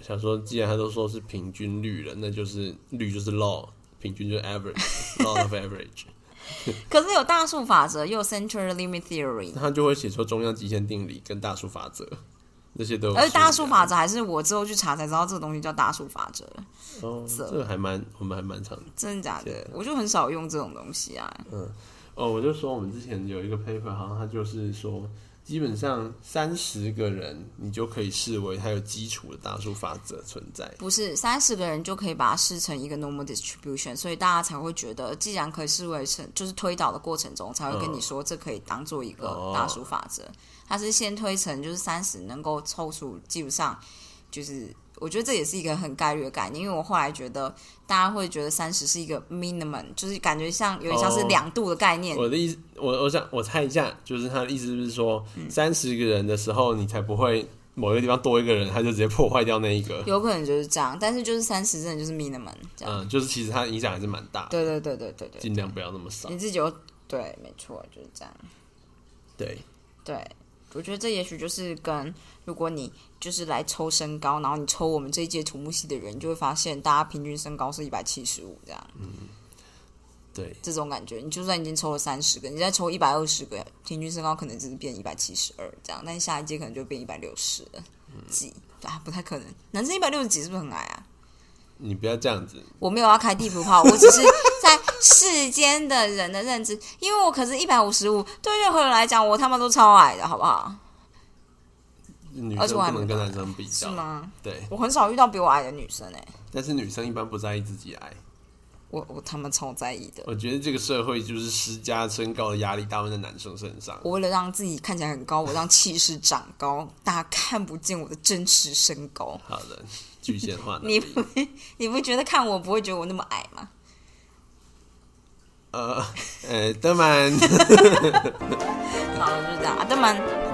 S2: 想说既然他都说是平均率了，那就是率就是 law，平均就是 average，law of average，
S1: 可是有大数法则，又有 central limit theory，
S2: 那他就会写出中央极限定理跟大数法则。那些都有
S1: 而且大数
S2: 数语啊
S1: 法则还是我之后去查才知道这个东西叫大数法则。
S2: 哦，这个还蛮我们还蛮常
S1: 真的假的
S2: 对？
S1: 我就很少用这种东西啊。
S2: 哦，我就说我们之前有一个 paper，好像它就是说，基本上三十个人，你就可以视为它有基础的大数法则存在。
S1: 不是三十个人就可以把它视成一个 normal distribution，所以大家才会觉得，既然可以视为成，就是推导的过程中才会跟
S2: 嗯
S1: 你说，这可以当做一
S2: 哦
S1: 个大数法则。它是先推成就是三十能够凑数，基本上就是我觉得这也是一个很概率的概念，因为我后来觉得大家会觉得三十是一个 minimum，就是感觉像有点像是
S2: 哦
S1: 两度的概念。
S2: 我的意思，我我想我猜一下，就是他的意思是说，
S1: 嗯
S2: 三十个人的时候，你才不会某一个地方多一个人，他就直接破坏掉那一个。
S1: 有可能就是这样，但是就是三十真的就是 minimum 这样。
S2: 嗯，就是其实它影响还是蛮大的，
S1: 对对对对对对，嗯
S2: 尽量不要那么少
S1: 你。自己有对，没错，就是这样。
S2: 对，
S1: 对，我觉得这也许就是跟如果你就是来抽身高，然后你抽我们这一届土木系的人，你就会发现大家平均身高是一百七十五这样，
S2: 对，
S1: 这种感觉。你就算已经抽了三十个，你再抽一百二十个，平均身高可能只是变一百七十二这样，但下一届可能就变一百六十了几、啊，不太可能。男生一百六十几是不是很矮啊？
S2: 你不要这样子，
S1: 我没有要开地图炮，我只是在世间的人的认知，因为我可是一百五十五，对任何人来讲，我他妈都超矮的，好不好？
S2: 女
S1: 而
S2: 生
S1: 且我还
S2: 不能
S1: 没
S2: 跟
S1: 打
S2: 男生比
S1: 是
S2: 较，
S1: 吗？
S2: 对，
S1: 我很少遇到比我矮的女生哎、
S2: 但是女生一般不在意自己矮。
S1: 我我他们超在意的。
S2: 我觉得这个社会就是施加身高的压力，大部分在男生身上。
S1: 我为了让自己看起来很高，我让气势长高，大家看不见我的真实身高。
S2: 好的，具现化能力。
S1: 你不你不觉得看我不会觉得我那么矮吗？
S2: 呃呃，当然。
S1: 好了，就是这样。阿德曼，啊